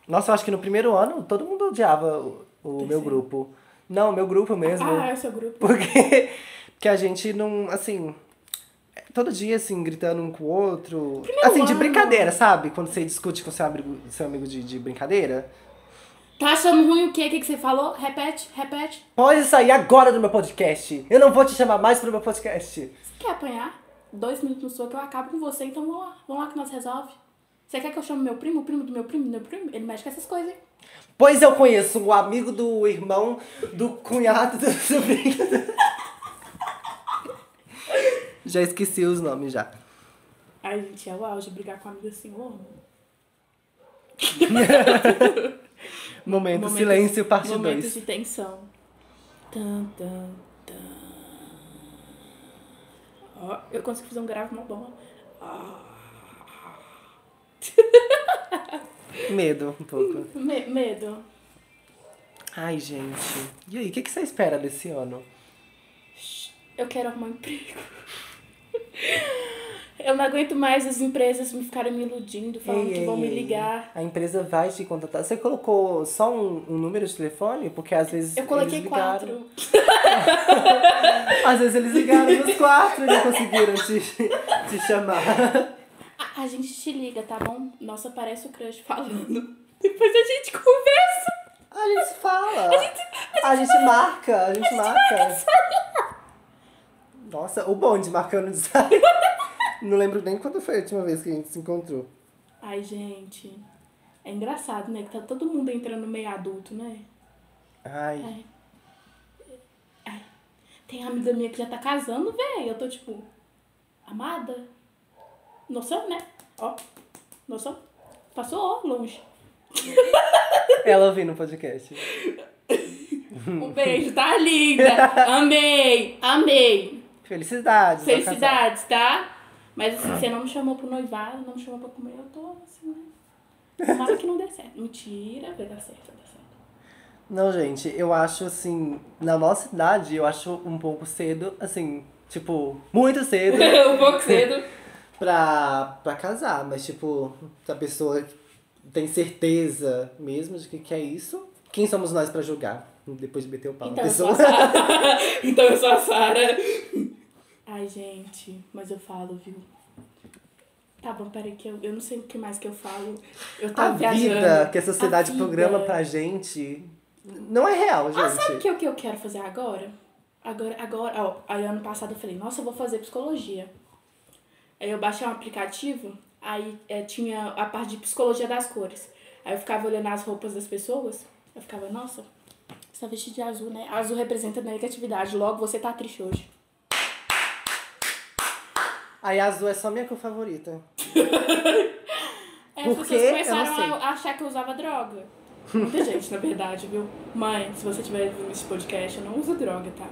A: Nossa, eu acho que no primeiro ano todo mundo odiava o, o meu
B: Terceiro.
A: grupo. Não, o meu grupo mesmo.
B: Ah, é o seu grupo.
A: Porque, porque a gente não, assim. é Todo dia, assim, gritando um com o outro. assim, de
B: ano.
A: brincadeira, sabe? Quando você discute com seu amigo, seu amigo de, de brincadeira.
B: Tá achando ruim o quê? O que que você falou? Repete, repete.
A: Pode sair agora do meu podcast. Eu não vou te chamar mais pro meu podcast.
B: Você quer apanhar? Dois minutos no sua que eu acabo com você, então vamos lá. Vamos lá que nós resolve. Você quer que eu chame meu primo, o primo do meu primo, do meu primo? Ele mexe com essas coisas, hein?
A: Pois eu conheço o amigo do irmão, do cunhado, do sobrinho. já esqueci os nomes já.
B: Ai, gente, é o auge brigar com um amigo assim, ô.
A: Momento,
B: Momentos-
A: silêncio, parte
B: Momentos
A: 2.
B: de tensão. Tan, tan, tan. Ó, eu consigo fazer um grave mó bom.
A: Medo, um pouco.
B: Me- medo.
A: Ai, gente. E aí, o que, que você espera desse ano?
B: Eu quero arrumar um emprego. Eu não aguento mais as empresas me ficarem me iludindo, falando
A: Ei,
B: que
A: ei,
B: vão me
A: ei.
B: ligar.
A: A empresa vai te contratar. Você colocou só um, um número de telefone? Porque às vezes.
B: Eu coloquei
A: eles ligaram.
B: quatro.
A: Às vezes eles ligaram nos quatro e não conseguiram te, te chamar.
B: A, a gente te liga, tá bom? Nossa, parece o crush falando. Depois a gente conversa.
A: A gente se fala. A gente, marca, a gente marca. Nossa, o bonde marcando o design. Não lembro nem quando foi a última vez que a gente se encontrou.
B: Ai, gente. É engraçado, né? Que tá todo mundo entrando meio adulto, né?
A: Ai,
B: Ai. Ai. Tem amiga minha que já tá casando, velho. Eu tô tipo, amada. Noção, né? Ó, noção. Passou ó, longe.
A: ela ouvindo o podcast.
B: Um beijo, tá linda. Amei, amei.
A: Felicidades. ao casal.
B: Felicidades, tá? Mas assim, você não me chamou pro noivado, não me chamou pra comer, eu tô assim, né? Tomara que não dê certo. Mentira, vai dar certo, vai dar certo.
A: Não, gente, eu acho assim, na nossa idade, eu acho um pouco cedo, assim, tipo, muito cedo
B: um pouco cedo.
A: pra, pra casar, mas tipo, se a pessoa tem certeza mesmo de que quer isso, quem somos nós pra julgar? Depois de meter o pau na
B: Então eu sou
A: pessoa.
B: a Sara. então eu sou a Sara. Ai, gente, mas eu falo, viu? Tá bom, peraí, que eu, eu não sei o que mais que eu falo. Eu
A: A
B: tava viajando.
A: vida que a sociedade
B: A vida.
A: programa pra gente não é real,
B: Ah, sabe o
A: gente.
B: que, o que eu quero fazer agora? Agora, agora, ó, aí ano passado eu falei, nossa, eu vou fazer psicologia. Aí eu baixei um aplicativo, aí é, tinha a parte de psicologia das cores. Aí eu ficava olhando as roupas das pessoas, eu ficava, nossa, você tá vestido de azul, né? Azul representa negatividade, logo você tá triste hoje.
A: Aí azul é só minha cor favorita.
B: É,
A: Por
B: as
A: quê?
B: pessoas
A: Eu
B: começaram
A: não sei.
B: a a achar que eu usava droga. Muita gente, na verdade, viu? Mãe, se você tiver ouvindo esse podcast, eu não uso droga, tá?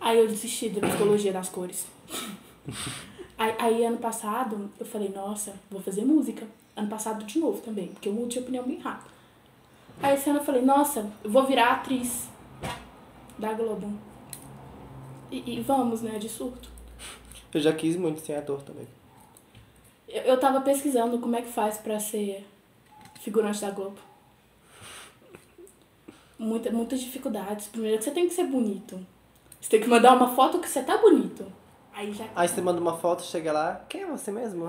B: aí eu desisti da psicologia das cores. Aí, aí ano passado, eu falei, nossa, vou fazer música. Ano passado de novo também, porque eu mudei de opinião bem rápido. Aí esse ano eu falei, nossa, eu vou virar atriz da Globo. E, e vamos, né, de surto.
A: Eu já quis muito ser ator também.
B: Eu, eu tava pesquisando como é que faz pra ser figurante da Globo. Muita, muitas dificuldades. Primeiro que você tem que ser bonito. Você tem que mandar uma foto que você tá bonito. Aí já. tá.
A: Aí você manda uma foto, chega lá, quem é você mesmo?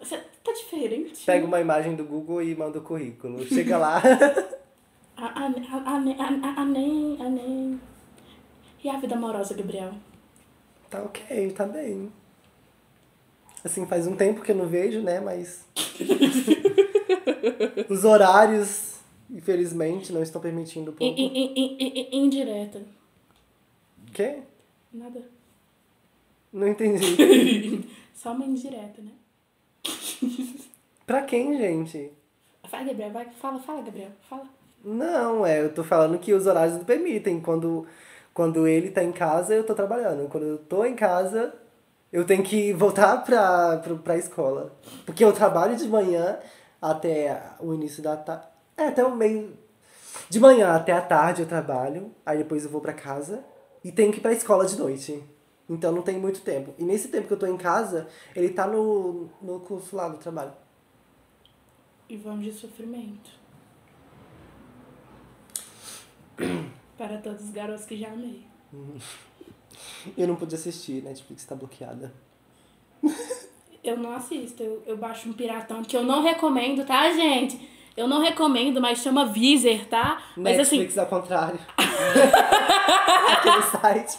B: Você tá diferente.
A: Pega uma imagem do Google e manda o currículo. Chega lá.
B: A, a, a, a, a, a, a, nem, a nem. E a vida amorosa, Gabriel?
A: Tá ok, tá bem. Assim, faz um tempo que eu não vejo, né? Mas. Os horários, infelizmente, não estão permitindo um
B: In,
A: pouco.
B: in, in, in, in, indireta.
A: Quê?
B: Nada.
A: Não entendi.
B: Só uma indireta, né?
A: pra quem, gente?
B: Vai, Gabriel, vai. Fala, fala, Gabriel. Fala.
A: Não, é, eu tô falando que os horários não permitem. Quando, quando ele tá em casa, eu tô trabalhando. Quando eu tô em casa, eu tenho que voltar pra, pra, pra escola. Porque eu trabalho de manhã até o início da tarde. É, até o meio. De manhã até a tarde eu trabalho, aí depois eu vou pra casa e tenho que ir pra escola de noite. Então não tem muito tempo. E nesse tempo que eu tô em casa, ele tá no, no curso lá do trabalho.
B: E vamos de sofrimento. Para todos os garotos que já amei.
A: E eu não pude assistir, Netflix tá bloqueada.
B: Eu não assisto, eu, eu baixo um piratão que eu não recomendo, tá, gente? Eu não recomendo, mas chama Vizer, tá? Mas assim,
A: Netflix ao contrário. Aquele site.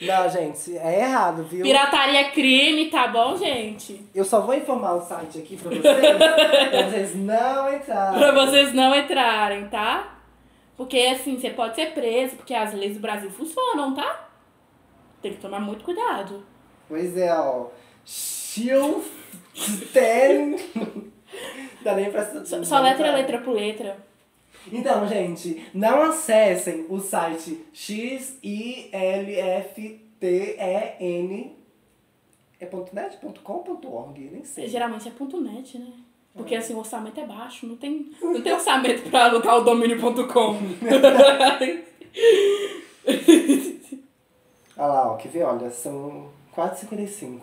A: Não, gente, é errado, viu?
B: pirataria é crime, tá bom, gente?
A: Eu só vou informar o site aqui pra vocês, pra vocês não
B: Pra
A: entrarem.
B: vocês não entrarem, tá? Porque assim, você pode ser preso, porque as leis do Brasil funcionam, tá? Tem que tomar muito cuidado.
A: Pois é, ó. Shield Ten. Dá nem pra.
B: Só, só
A: tá.
B: letra, é letra por letra.
A: Então, gente, não acessem o site xilftn. É ponto .net? ponto .com? ponto .org? Nem sei.
B: Geralmente é ponto .net, né? Porque assim, o orçamento é baixo, não tem, não tem orçamento pra alugar o domínio.com.
A: Olha lá, ó, quer ver? Olha, são 4h55.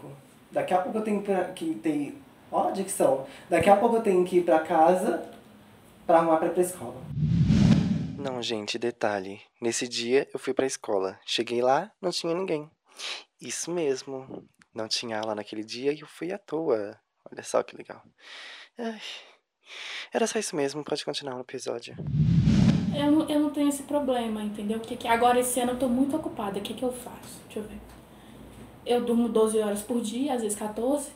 A: Daqui a pouco eu tenho pra, que tem. Ó, a dicção. Daqui a pouco eu tenho que ir pra casa pra arrumar pra ir pra escola. Não, gente, detalhe. Nesse dia eu fui pra escola. Cheguei lá, não tinha ninguém. Isso mesmo. Não tinha aula naquele dia e eu fui à toa. Olha só que legal. Ai, Era só isso mesmo, pode continuar no episódio.
B: eu, não, eu não tenho esse problema, entendeu? Porque que- agora esse ano eu tô muito ocupada. O que, que eu faço? Deixa eu ver. Eu durmo 12 horas por dia, às vezes 14.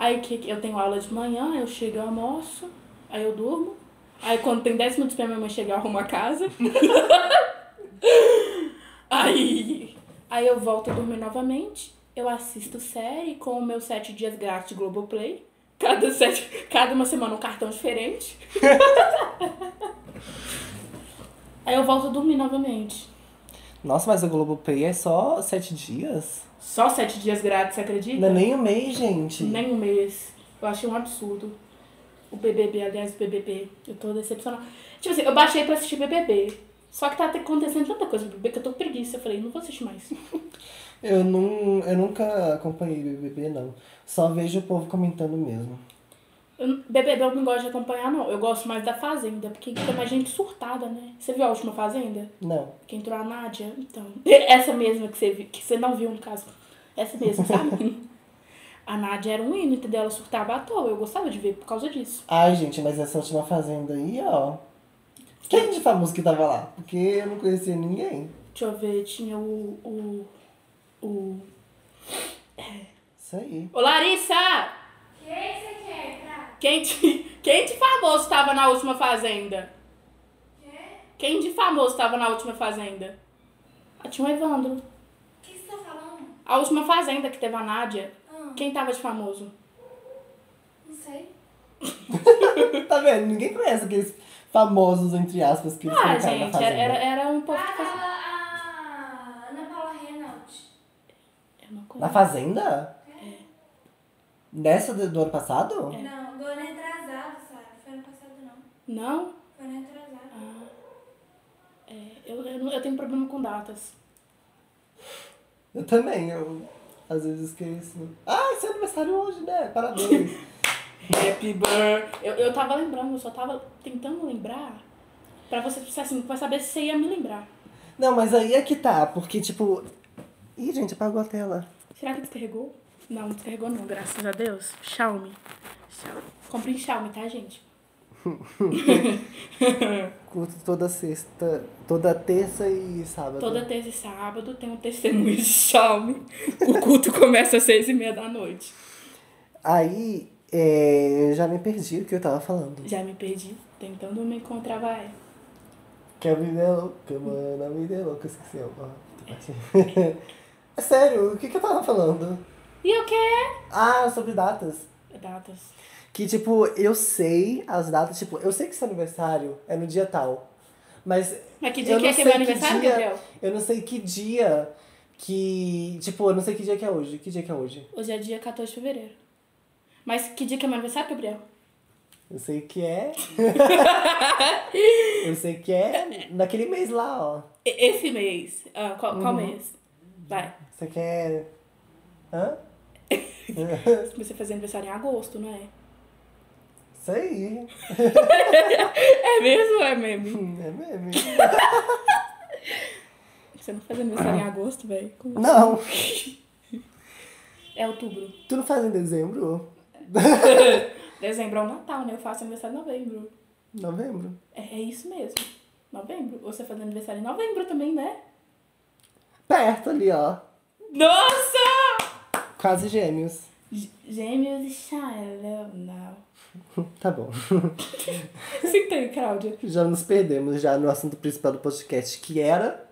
B: aí que, que- eu tenho aula de manhã, eu chego, eu almoço, aí eu durmo. Aí quando tem 10 minutos pra minha mãe chegar, eu arrumo a casa. aí, aí eu volto a dormir novamente. Eu assisto série com o meu 7 dias grátis de Globoplay. Cada, sete, cada uma semana um cartão diferente. Aí eu volto a dormir novamente.
A: Nossa, mas a Globoplay é só sete dias?
B: Só sete dias grátis, você acredita?
A: Não é nem um mês, gente.
B: Nem um mês. Eu achei um absurdo. O BBB, aliás, o BBB. Eu tô decepcionada. Tipo assim, eu baixei pra assistir BBB. Só que tá acontecendo tanta coisa no BBB que eu tô com preguiça. Eu falei, não vou assistir mais.
A: Eu, não, eu nunca acompanhei BBB, não. Só vejo o povo comentando mesmo.
B: Eu- BBB eu não gosto de acompanhar, não. Eu gosto mais da Fazenda, porque tem mais gente surtada, né? Você viu a última Fazenda?
A: Não.
B: Que entrou a Nádia, então. Essa mesma que você, vi- que você não viu, no caso. Essa mesma, sabe? a Nádia era um hino, entendeu? Ela surtava à toa. Eu gostava de ver por causa disso.
A: Ai, gente, mas essa última fazenda aí, ó. Quem é de famoso que tava lá? Porque eu não conhecia ninguém.
B: Deixa eu ver, tinha o. O. O.
A: Isso aí.
B: Ô, Larissa! Quem de, quem de famoso tava na última Fazenda? Quem de famoso tava na última Fazenda? Ah, tinha o Evandro.
D: O que você tá falando?
B: A última Fazenda que teve a Nádia.
D: Ah,
B: Quem tava de famoso?
D: não sei.
A: Tá vendo? Ninguém conhece aqueles famosos, entre aspas, que eles
B: Ah,
A: colocaram na
B: gente,
A: fazenda.
B: era, era, era um povo que
D: Ah,
B: fazia.
D: tava a Ana Paula Reynolds.
B: Eu não conheço.
A: Na fazenda? Nessa do, do ano passado?
B: É.
D: Não, do ano retrasado, sabe? Foi ano passado, não.
B: Não?
D: Foi ano retrasado.
B: Ah. É, eu, eu, não- eu tenho problema com datas.
A: Eu também, eu às vezes esqueço. Ah, seu aniversário hoje, né? Parabéns.
B: Happy birthday. Eu, eu tava lembrando, eu só tava tentando lembrar. Pra você, assim, pra saber se você ia me lembrar.
A: não, mas aí é que tá, porque tipo. Ih, gente, apagou a tela.
B: Será que descarregou? Não, não descarregou não, graças a Deus. Xiaomi. Xiaomi. Comprei em Xiaomi, tá, gente?
A: Curto toda sexta, toda terça e sábado.
B: Toda terça e sábado tem um testemunho de Xiaomi. O culto começa às seis e meia da noite.
A: Aí, é, eu já me perdi o que eu tava falando.
B: Já me perdi, tentando me encontrar, vai.
A: Que a vida é louca, mano, a vida é louca, esqueci. ó, ó, outra parte. É Sério, o que, que eu tava falando?
B: E o quê?
A: Ah, sobre datas.
B: Datas.
A: Que, tipo, eu sei as datas, tipo, eu sei que seu aniversário é no dia tal. Mas.
B: Mas que dia
A: eu
B: que
A: não
B: é que
A: sei
B: é meu aniversário,
A: dia-
B: Gabriel?
A: Eu não sei que dia que. Tipo, eu não sei que dia que é hoje. Que dia que é hoje?
B: Hoje é dia 14 de fevereiro. Mas que dia que é meu aniversário, Gabriel?
A: Eu sei que é. eu sei que é naquele mês lá, ó.
B: E- Esse mês. Ah, qual, qual mês? Vai.
A: Você quer. Hã?
B: Comecei a fazer aniversário em agosto, não é?
A: Isso aí.
B: É mesmo? É mesmo.
A: Hum, É mesmo.
B: Você não faz aniversário em agosto, velho? Como-
A: Não,
B: É outubro.
A: tu não faz em dezembro?
B: Dezembro é o Natal, né? Eu faço aniversário em novembro.
A: Novembro?
B: É, é isso mesmo. Novembro. Ou Você faz aniversário em novembro também, né?
A: Perto ali, ó.
B: Nossa!
A: Quase gêmeos.
B: G- Gêmeos e é Shiloh, não.
A: Tá bom.
B: Sinta aí, Cláudia.
A: Já nos perdemos já no assunto principal do podcast, que era.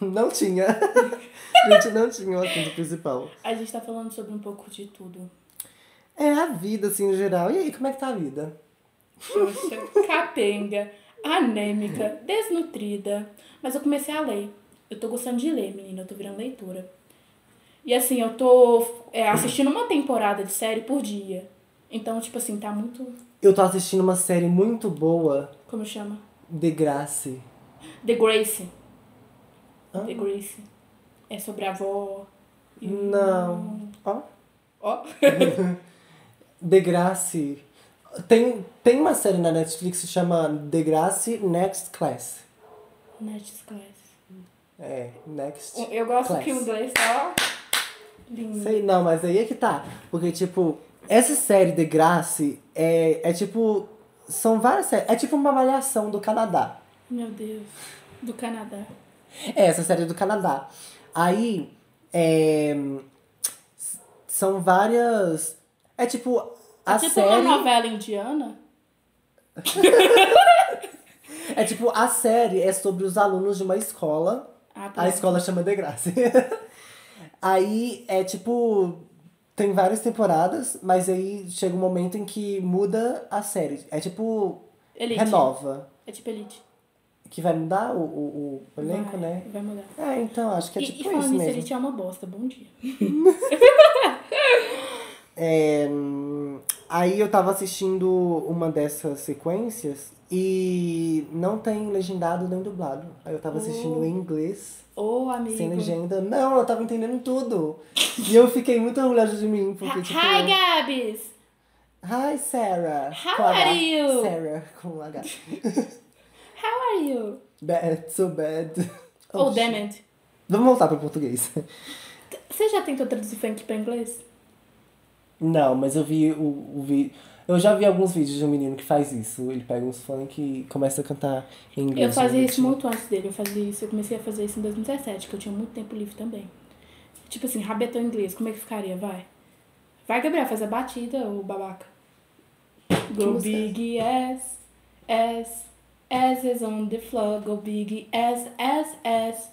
A: Não tinha. A gente não tinha o assunto principal.
B: A gente tá falando sobre um pouco de tudo.
A: É a vida, assim, no geral. E aí, como é que tá a vida?
B: Xoxa, capenga, anêmica, desnutrida. Mas eu comecei a ler. Eu tô gostando de ler, menina. Eu tô virando leitura. E assim, eu tô é, assistindo uma temporada de série por dia. Então, tipo assim, tá muito.
A: Eu tô assistindo uma série muito boa,
B: Como chama?
A: The Grace.
B: The Grace.
A: Ah.
B: The Grace. É sobre a avó. e-
A: Não. Ó.
B: Ó.
A: The Grace. Tem, tem uma série na Netflix que se chama The Grace Next Class.
B: Nerd Class. Um,
A: É, Next.
B: Eu gosto que o
A: Class.
B: inglês tá. ó, Lindo.
A: Sei, não, mas aí é que tá. Porque, tipo, essa série The Grace é, é tipo. São várias séries. É tipo uma malhação do Canadá.
B: Meu Deus. Do Canadá.
A: É, essa série é do Canadá. Aí, é, s- são várias... É tipo, a
B: é tipo
A: série...
B: uma novela indiana?
A: É tipo, a série é sobre os alunos de uma escola.
B: Ah, tá.
A: A escola chama de graça. aí, é tipo... Tem várias temporadas, mas aí chega um momento em que muda a série. É tipo,
B: Elite.
A: renova.
B: É tipo Elite.
A: Que vai mudar o, o, o elenco,
B: vai,
A: né?
B: Vai mudar.
A: É, então, acho que é
B: e, e
A: tipo
B: falando
A: isso
B: nisso,
A: mesmo.
B: Elite é uma bosta. Bom dia.
A: É, hum, aí eu tava assistindo uma dessas sequências e não tem legendado nem dublado. Aí eu tava assistindo
B: Oh.
A: em inglês,
B: Ô, amigo.
A: sem legenda. Não, eu tava entendendo tudo. E eu fiquei muito orgulhosa de mim, porque
B: Ha-
A: tipo.
B: Hi, Gabs!
A: Hi, Sarah!
B: How
A: com H.
B: are you?
A: Sarah com H.
B: How are you?
A: Bad, so bad.
B: Oh,
A: shit.
B: damn it.
A: Vamos voltar pro português.
B: Você já tentou traduzir funk pra inglês?
A: Não, mas eu vi o, o vi- Eu já vi alguns vídeos de um menino que faz isso. Ele pega uns funk e começa a cantar em inglês. né,
B: Eu fazia isso
A: direitinho.
B: muito antes dele, eu fazia isso, eu comecei a fazer isso em 2017, que eu tinha muito tempo livre também. Tipo assim, rabetão em inglês, como é que ficaria? Vai. Vai, Gabriel, faz a batida, ô babaca. Go
A: música é
B: big ass, ass, ass is on the floor, go big ass, ass, ass,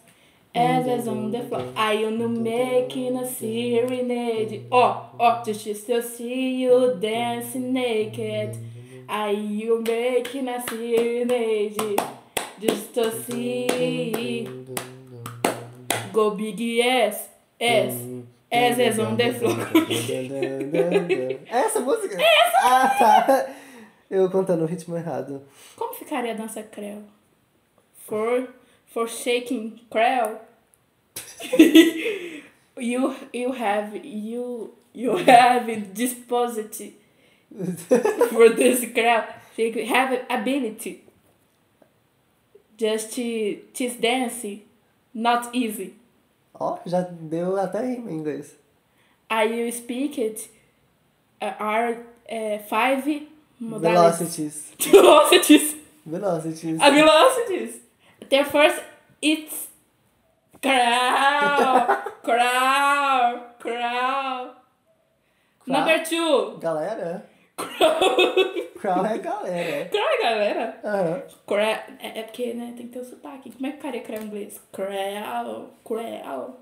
B: ass is on the floor. Are you no making a serenade? Oh, oh, just to still see you dancing naked. Are you making a serenade? Just to see. Go big ass, ass, ass is on the floor.
A: É essa a música? É essa Ah, tá. Eu contando o ritmo errado.
B: Como ficaria a dança creu? For, for shaking creu? you, you have, you, you have disposition for this creu. You have ability. Just this dance, not easy.
A: Ó, já deu até rima em inglês.
B: Are you speak it? Uh, are uh, five modalities?
A: Velocities.
B: Velocities.
A: Velocities.
B: A velocities. The first it's crow, crow, crow. Number two,
A: Galera?
B: crow.
A: Crown é galera.
B: Crow, galera.
A: Aham.
B: Crow. É, é porque, né, tem que ter o sotaque. Como é que ficaria crow em inglês? Crow, crow,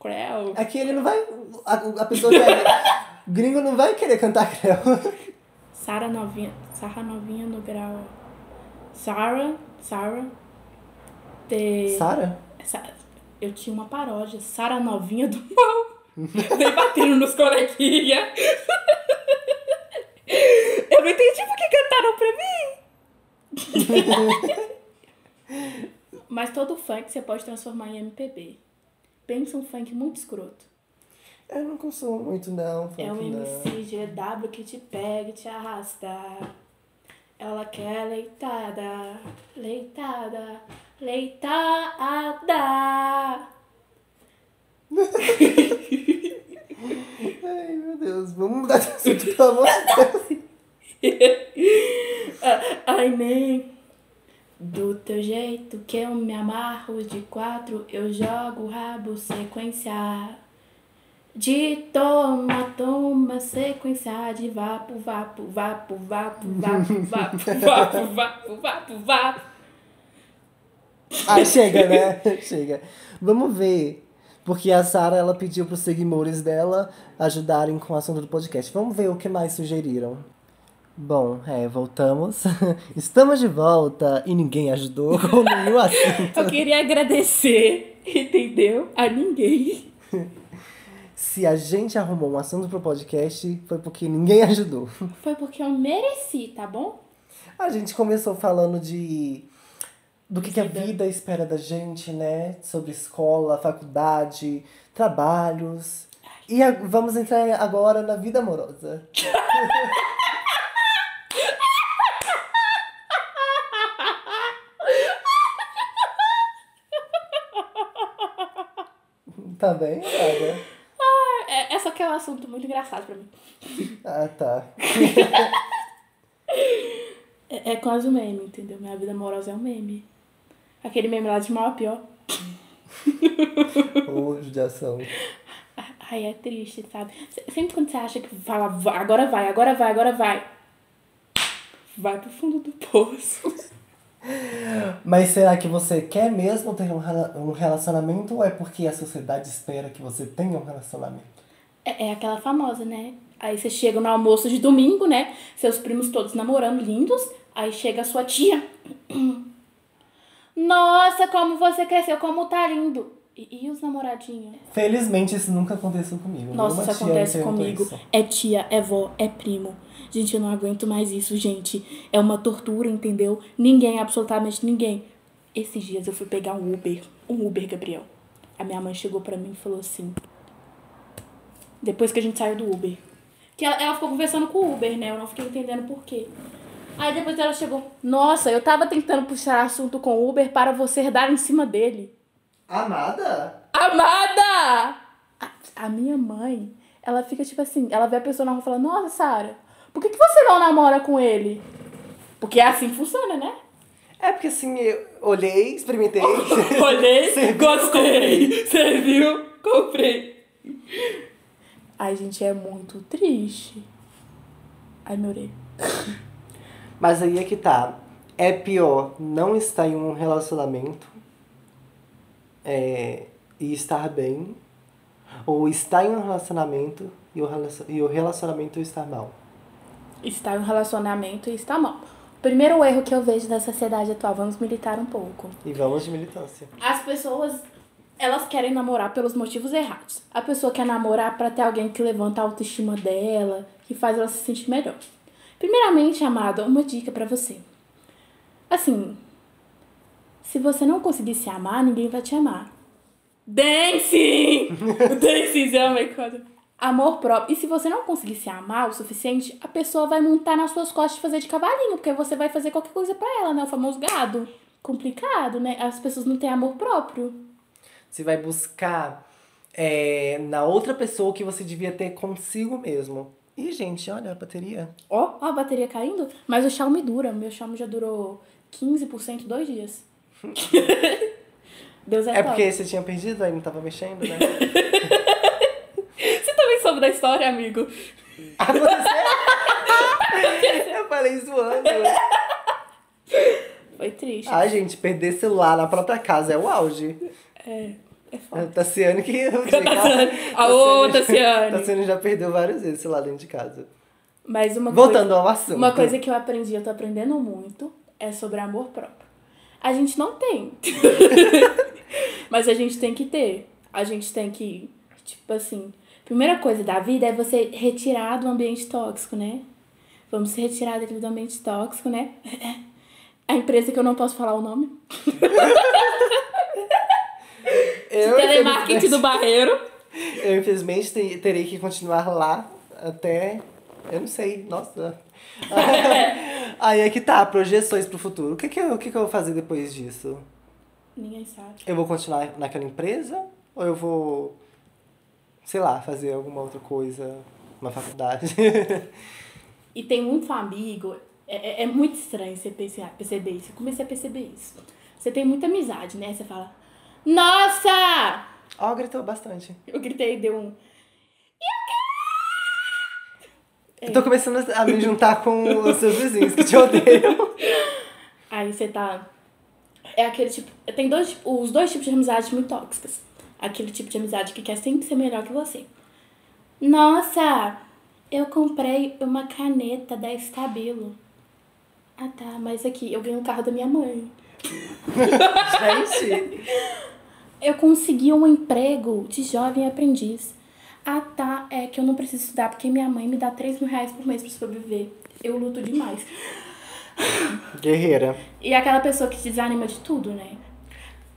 B: crow.
A: Aqui ele não vai. A, a pessoa que é. Gringo não vai querer cantar creu.
B: Sara novinha, Sara novinha no grau. Sara, Sara. The...
A: Sara?
B: Essa- Eu tinha uma paródia, Sara Novinha do Mal. Vem batendo nos coleguinhas. Eu não entendi por que cantar Mas todo funk você pode transformar em MPB. Pensa um funk muito escroto.
A: Eu não consumo muito, não. Funk,
B: É um
A: não.
B: MC GW que te pega e te arrasta. Ela quer leitada, leitada, leitada.
A: Ai, meu Deus. Vamos mudar de assunto, pelo amor de Deus.
B: Ai, nem. Do teu jeito que eu me amarro de quatro, eu jogo rabo sequência. De toma, toma, sequência de vapo, vapo, vapo, vapo, vapo, vapo, vapo, vapo, vapo, vapo.
A: Ah, chega, né? chega. Vamos ver. Porque a Sara ela pediu pros seguidores dela ajudarem com o assunto do podcast. Vamos ver o que mais sugeriram. Bom, é, voltamos. Estamos de volta e ninguém ajudou assim. com nenhum assunto.
B: Eu queria agradecer, entendeu? A ninguém.
A: Se a gente arrumou um assunto pro podcast, foi porque ninguém ajudou.
B: Foi porque eu mereci, tá bom?
A: A gente começou falando de do que, que a
B: Vida.
A: vida espera da gente, né? Sobre escola, faculdade, trabalhos. E a- vamos entrar agora na vida amorosa. tá bem, Laura?
B: É, é só que é um assunto muito engraçado pra mim.
A: Ah, tá.
B: É, é quase um meme, entendeu? Minha vida amorosa é um meme. Aquele meme lá de mal a pior.
A: Ô, judiação.
B: Ai, é triste, sabe? Se- Sempre quando você acha que fala, "Va- agora vai, agora vai, agora vai. Vai pro fundo do poço.
A: Mas será que você quer mesmo ter um rela- um relacionamento ou é porque a sociedade espera que você tenha um relacionamento?
B: É, é aquela famosa, né? Aí você chega no almoço de domingo, né? Seus primos todos namorando, lindos. Aí chega a sua tia. Nossa, como você cresceu, como tá lindo. E, e os namoradinhos?
A: Felizmente isso nunca aconteceu comigo.
B: Nossa,
A: Nenhuma
B: isso
A: tia
B: acontece
A: me perguntou
B: comigo.
A: isso.
B: É tia, é vó, é primo. Gente, eu não aguento mais isso, gente. É uma tortura, entendeu? Ninguém, absolutamente ninguém. Esses dias eu fui pegar um Uber. Um Uber, Gabriel. A minha mãe chegou pra mim e falou assim. Depois que a gente saiu do Uber. Que ela, ela ficou conversando com o Uber, né? Eu não fiquei entendendo por quê. Aí depois ela chegou. Nossa, eu tava tentando puxar assunto com o Uber para você dar em cima dele.
A: Amada?
B: Amada! A, a minha mãe, ela fica tipo assim, ela vê a pessoa na rua e fala, nossa, Sara, por que, que você não namora com ele? Porque é assim que funciona, né?
A: É porque assim, eu olhei, experimentei.
B: Olhei, gostei, serviu, comprei. Ai, gente, é muito triste. Ai, meu orelha.
A: Mas aí é que tá. É pior não estar em um relacionamento é, e estar bem. Ou estar em um relacionamento e o relacion- e o relacionamento estar mal.
B: Está em um relacionamento e está mal. Primeiro erro que eu vejo da sociedade atual, vamos militar um pouco.
A: E vamos de militância.
B: As pessoas, elas querem namorar pelos motivos errados. A pessoa quer namorar pra ter alguém que levanta a autoestima dela, que faz ela se sentir melhor. Primeiramente, amada, uma dica pra você. Assim, se você não conseguir se amar, ninguém vai te amar. Dancing! Dancing é uma coisa. Amor próprio. E se você não conseguir se amar o suficiente, a pessoa vai montar nas suas costas e fazer de cavalinho, porque você vai fazer qualquer coisa pra ela, né? O famoso gado. Complicado, né? As pessoas não têm amor próprio.
A: Você vai buscar é, na outra pessoa o que você devia ter consigo mesmo. Ih, gente, olha a bateria.
B: Ó, ó a bateria caindo. Mas o Xiaomi dura. Meu Xiaomi já durou 15% dois dias. Deus é,
A: É
B: top.
A: porque você tinha perdido, aí não tava mexendo, né?
B: Você também soube da história, amigo.
A: Aconteceu? Eu falei zoando.
B: Foi triste.
A: Ai, gente, perder celular na própria casa é o auge.
B: É, é foda.
A: A Tassiane que eu
B: Tassiane.
A: tá
B: Alô, Tassiane.
A: Tassiane já perdeu várias vezes celular dentro de casa.
B: Mas uma
A: Voltando
B: coisa,
A: ao assunto.
B: Uma coisa que eu aprendi, eu tô aprendendo muito, é sobre amor próprio. A gente não tem. Mas a gente tem que ter. A gente tem que, tipo assim, primeira coisa da vida é você retirar do ambiente tóxico, né? Vamos se retirar daqui do ambiente tóxico, né? a empresa que eu não posso falar o nome.
A: Eu,
B: telemarketing do Barreiro.
A: infelizmente- eu infelizmente te- terei que continuar lá até. Eu não sei, nossa. Aí é que tá, projeções pro futuro. O que, que, eu, o que, que eu vou fazer depois disso?
B: Ninguém sabe.
A: Eu vou continuar naquela empresa? Ou eu vou, sei lá, fazer alguma outra coisa? Uma faculdade?
B: E tem muito amigo. É, é- é muito estranho você pensar- perceber isso. Eu comecei a perceber isso. Você tem muita amizade, né? Você fala, nossa!
A: Ó, gritou bastante.
B: Eu gritei e deu um.
A: Eu tô começando a me juntar com os seus vizinhos que te odeiam.
B: Aí você tá. É aquele tipo. Tem dois, tipo- os dois tipos de amizade muito tóxicas. Aquele tipo de amizade que quer sempre ser melhor que você. Nossa, eu comprei uma caneta da Estabilo. Ah tá, mas aqui eu ganhei um carro da minha mãe.
A: Gente,
B: Eu consegui um emprego de jovem aprendiz. Ah tá, é que eu não preciso estudar porque minha mãe me dá 3 mil reais por mês pra sobreviver. Eu luto demais.
A: guerreira.
B: E é aquela pessoa que te desanima de tudo, né?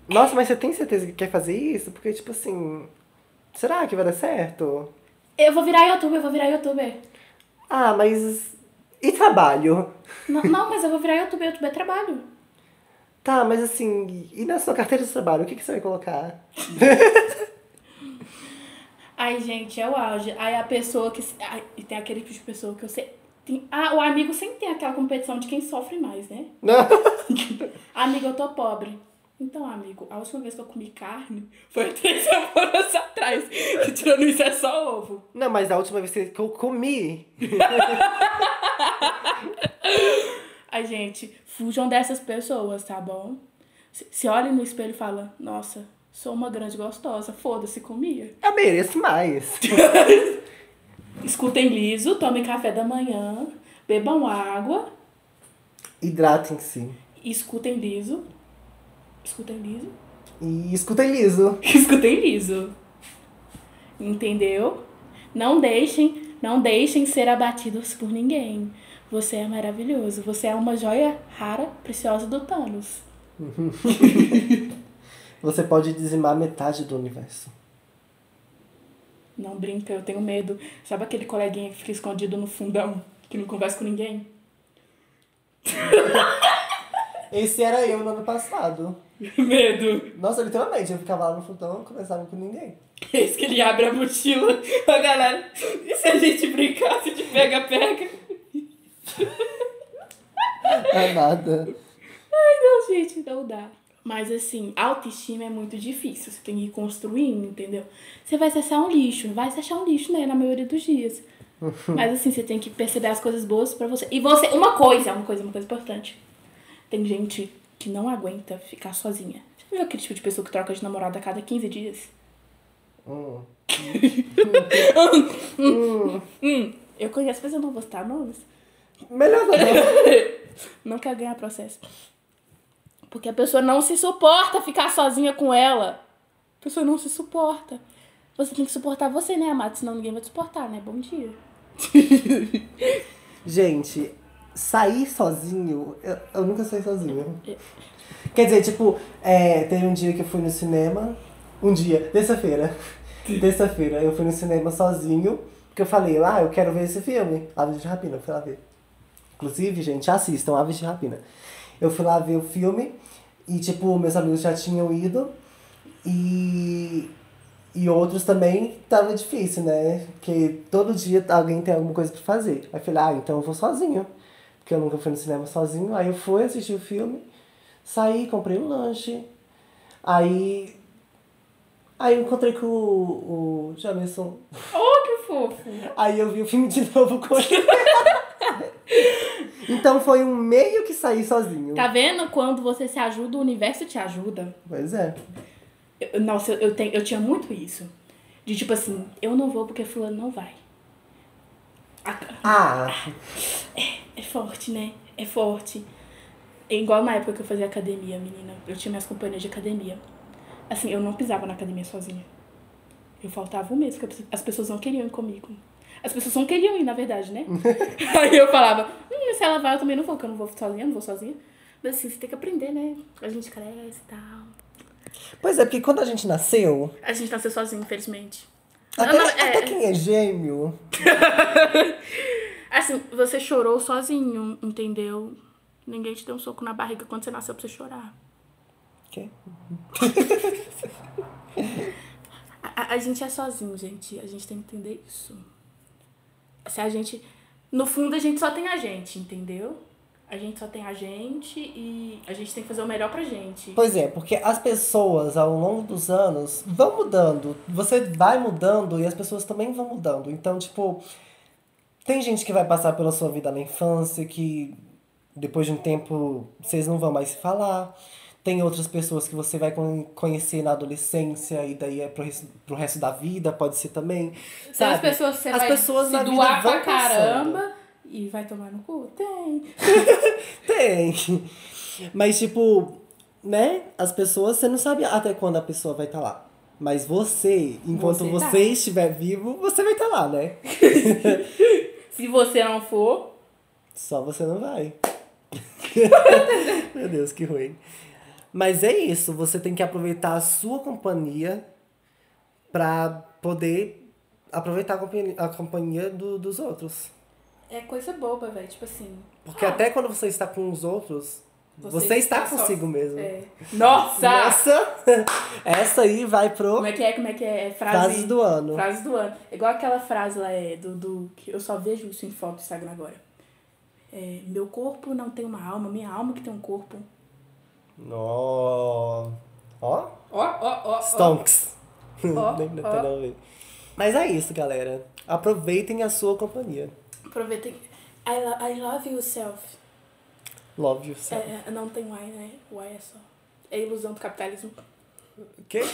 A: Nossa, mas você tem certeza que quer fazer isso? Porque, tipo assim, será que vai dar certo?
B: Eu vou virar youtuber, eu vou virar youtuber.
A: Ah, mas. E trabalho?
B: Não, não, mas eu vou virar youtuber, youtuber é trabalho.
A: Tá, mas assim, e na sua carteira de trabalho? O que, que você vai colocar?
B: Ai, gente, é o auge. Aí a pessoa que. se- ai, e tem aquele tipo de pessoa que eu sei. Tem, ah, o amigo sempre tem aquela competição de quem sofre mais, né?
A: Não.
B: Amigo, eu tô pobre. Então, amigo, a última vez que eu comi carne foi três semanas atrás. Que tirando isso é só ovo.
A: Não, mas a última vez que eu comi.
B: Ai, gente, fujam dessas pessoas, tá bom? Se, se olhem no espelho e fala, nossa, sou uma grande gostosa, foda-se, comia.
A: Eu mereço mais.
B: Escutem liso, tomem café da manhã, bebam água,
A: Hidratem-se.
B: escutem liso. Escutem liso?
A: E escutem liso.
B: Escutem liso. Entendeu? Não deixem, não deixem ser abatidos por ninguém. Você é maravilhoso. Você é uma joia rara, preciosa do Thanos.
A: Você pode dizimar metade do universo.
B: Não brinca, eu tenho medo. Sabe aquele coleguinha que fica escondido no fundão, que não conversa com ninguém?
A: Esse era eu no ano passado.
B: medo.
A: Nossa, literalmente, eu ficava lá no fundão, não conversava com ninguém.
B: Eis que ele abre a mochila, a galera. E se a gente brincasse de pega-pega?
A: É nada.
B: Não, gente, não dá. Mas assim, autoestima é muito difícil. Você tem que ir construindo, entendeu? Você vai se achar um lixo. Vai se achar um lixo, né? Na maioria dos dias. Mas assim, você tem que perceber as coisas boas pra você. E você, uma coisa, uma coisa, uma coisa importante. Tem gente que não aguenta ficar sozinha. Já viu aquele tipo de pessoa que troca de namorado a cada 15 dias?
A: Hum.
B: Hum, eu conheço, mas eu não vou citar nomes.
A: Melhor não.
B: Não quer ganhar processo. Porque a pessoa não se suporta ficar sozinha com ela. A pessoa não se suporta. Você tem que suportar você, né, amado? Senão ninguém vai te suportar, né? Bom dia.
A: Gente, sair sozinho, eu, eu nunca saí sozinho. Quer dizer, tipo, é, teve um dia que eu fui no cinema. Um dia, terça-feira. Terça-feira, eu fui no cinema sozinho. Porque eu falei, ah, eu quero ver esse filme. Aves de Rapina, eu fui lá ver. Inclusive, gente, assistam Aves de Rapina. Eu fui lá ver o filme. E, tipo, meus amigos já tinham ido. E. E outros também tava difícil, né? Porque todo dia alguém tem alguma coisa pra fazer. Aí eu falei, ah, então eu vou sozinho. Porque eu nunca fui no cinema sozinho. Aí eu fui assistir o filme, saí, comprei um lanche. Aí. Aí eu encontrei com o, o Jamerson.
B: Oh, que fofo!
A: Aí eu vi o filme de novo com ele. então foi um meio que saí sozinho.
B: Tá vendo? Quando você se ajuda, o universo te ajuda.
A: Pois é.
B: Eu- nossa, eu, eu tenho, eu tinha muito isso. De tipo assim, eu não vou porque fulano não vai. A-
A: Ah,
B: É forte, né? É forte. É igual na época que eu fazia academia, menina. Eu tinha minhas companhias de academia. Assim, eu não pisava na academia sozinha. Eu faltava um mês, porque as pessoas não queriam ir comigo. As pessoas não queriam ir, na verdade, né? Aí eu falava, hum, se ela vai, eu também não vou, porque eu não vou sozinha, não vou sozinha. Mas assim, você tem que aprender, né? A gente cresce e tal.
A: Pois é, porque quando a gente nasceu,
B: A gente nasceu sozinho, infelizmente.
A: até,
B: Ana- é.
A: até quem é gêmeo.
B: Assim, você chorou sozinho, entendeu? Ninguém te deu um soco na barriga quando você nasceu pra você chorar.
A: Que?
B: A, a- a gente é sozinho, gente. A gente tem que entender isso. Se a gente. No fundo, a gente só tem a gente, entendeu? A gente só tem a gente e a gente tem que fazer o melhor pra gente.
A: Pois é, porque as pessoas ao longo dos anos vão mudando. Você vai mudando e as pessoas também vão mudando. Então, tipo, tem gente que vai passar pela sua vida na infância, que depois de um tempo vocês não vão mais se falar. Tem outras pessoas que você vai con- conhecer na adolescência e daí é pro resto, pro resto da vida, pode ser também.
B: Tem
A: Sabe?
B: as pessoas que você
A: As
B: vai
A: pessoas na
B: se
A: vida
B: doar
A: vão
B: pra caramba e vai tomar no cu? Tem.
A: Tem. Mas, tipo, né? As pessoas, você não sabe até quando a pessoa vai estar lá. Mas você, enquanto
B: Você
A: você,
B: tá.
A: estiver vivo, você vai estar lá, né?
B: Se você não for,
A: Só você não vai. Meu Deus, que ruim. Mas é isso, você tem que aproveitar a sua companhia pra poder aproveitar a companhia, a companhia do- dos outros.
B: é coisa boba, velho. Tipo assim.
A: Porque até quando você está com os outros, você, está, consigo mesmo.
B: É. Nossa!
A: Nossa! Essa aí vai pro
B: Como é que é? Como é que é? É Frase,
A: Frases do ano.
B: Frase do ano. Igual aquela frase lá é do, do que eu só vejo isso em foto do Instagram agora. É, meu corpo não tem uma alma, minha alma que tem um corpo.
A: Nó. Ó.
B: Ó, ó, ó, ó.
A: Stonks.
B: Ó,
A: Nem dá
B: ó.
A: pra não ver. Mas é isso, galera. Aproveitem a sua companhia.
B: Aproveitem. I, lo- I love yourself.
A: Love yourself.
B: É, é, não tem why, né? Why é só. É ilusão do capitalismo.
A: Ok?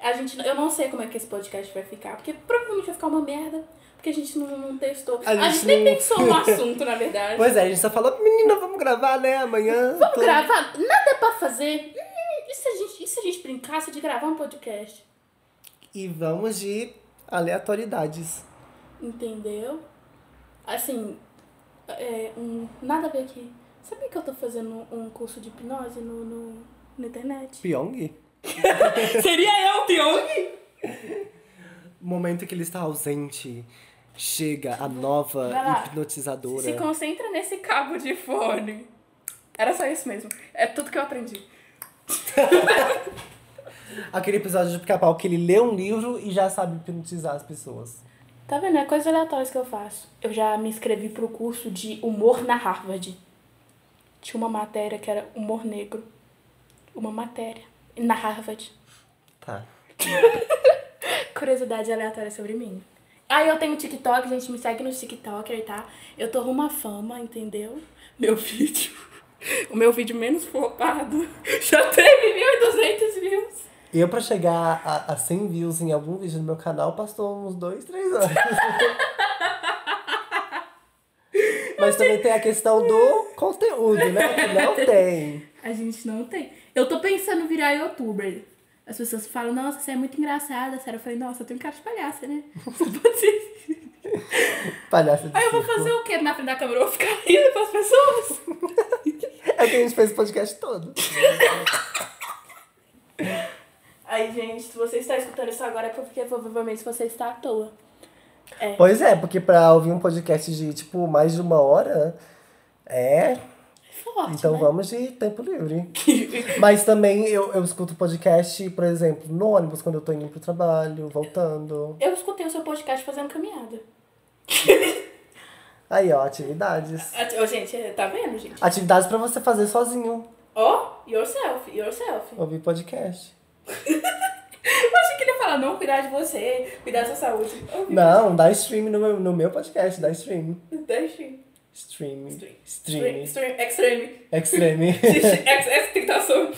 B: A gente, eu não sei como é que esse podcast vai ficar, porque provavelmente vai ficar uma merda, porque a gente não, não testou.
A: A
B: A gente,
A: gente
B: nem
A: não-
B: pensou no assunto, na verdade.
A: Pois é, a gente só falou, menina, vamos gravar, né? Amanhã.
B: Vamos
A: Tô-
B: gravar? Nada pra fazer? Hum, E se, a gente, e se a gente brincasse de gravar um podcast?
A: E vamos de aleatoriedades.
B: Entendeu? Assim, é, um, nada a ver aqui. Sabia que eu tô fazendo um curso de hipnose no, no, na internet?
A: Pyong?
B: Seria eu, Pyong?
A: Momento que ele está ausente. Chega a nova
B: Vai lá.
A: hipnotizadora.
B: Se concentra nesse cabo de fone. Era só isso mesmo. É tudo que eu aprendi.
A: Aquele episódio de pica-pau que ele lê um livro e já sabe hipnotizar as pessoas.
B: Tá vendo? É coisas aleatórias que eu faço. Eu já me inscrevi pro curso de humor na Harvard. Tinha uma matéria que era humor negro. Uma matéria. Na Harvard.
A: Tá.
B: Curiosidade aleatória sobre mim. Aí eu tenho TikTok, gente, me segue no TikToker, tá? Eu tô rumo à fama, entendeu? Meu vídeo. O meu vídeo menos flopado. Já teve 1.200 views.
A: Eu, pra chegar a, a 100 views em algum vídeo no meu canal, passou uns 2, 3 anos. Mas também tem a questão do conteúdo, né? Que não tem.
B: A gente não tem. Eu tô pensando em virar youtuber. As pessoas falam, nossa, você é muito engraçada, sério. Eu falei, nossa, eu tenho cara de palhaça, né? Você pode ser.
A: Palhaça de
B: Aí eu vou
A: circo.
B: fazer o quê na frente da câmera? Eu vou ficar rindo pras pessoas? um-
A: É o que a gente fez o podcast todo.
B: Aí, gente, se você está escutando isso agora é porque provavelmente você está à toa.
A: Pois é, porque pra ouvir um podcast de, tipo, mais de uma hora, é...
B: Forte,
A: Então
B: né?
A: vamos de tempo livre. Mas também eu, eu escuto podcast, por exemplo, no ônibus, quando eu tô indo pro trabalho, voltando.
B: Eu escutei o seu podcast fazendo caminhada.
A: Aí, ó, atividades.
B: Ô, gente, é, tá vendo, gente?
A: Atividades pra você fazer sozinho.
B: Ó, yourself, yourself.
A: Ouvir podcast.
B: Eu achei que ele ia falar, não, cuidar de você, cuidar da sua saúde. Eu-
A: Não, dá stream no meu, no meu podcast, dá stream.
B: Deixa.
A: Stream.
B: Stream. Extreme.
A: Stream.
B: Extreme. Extreme.
A: Extreme.
B: Essa tentação.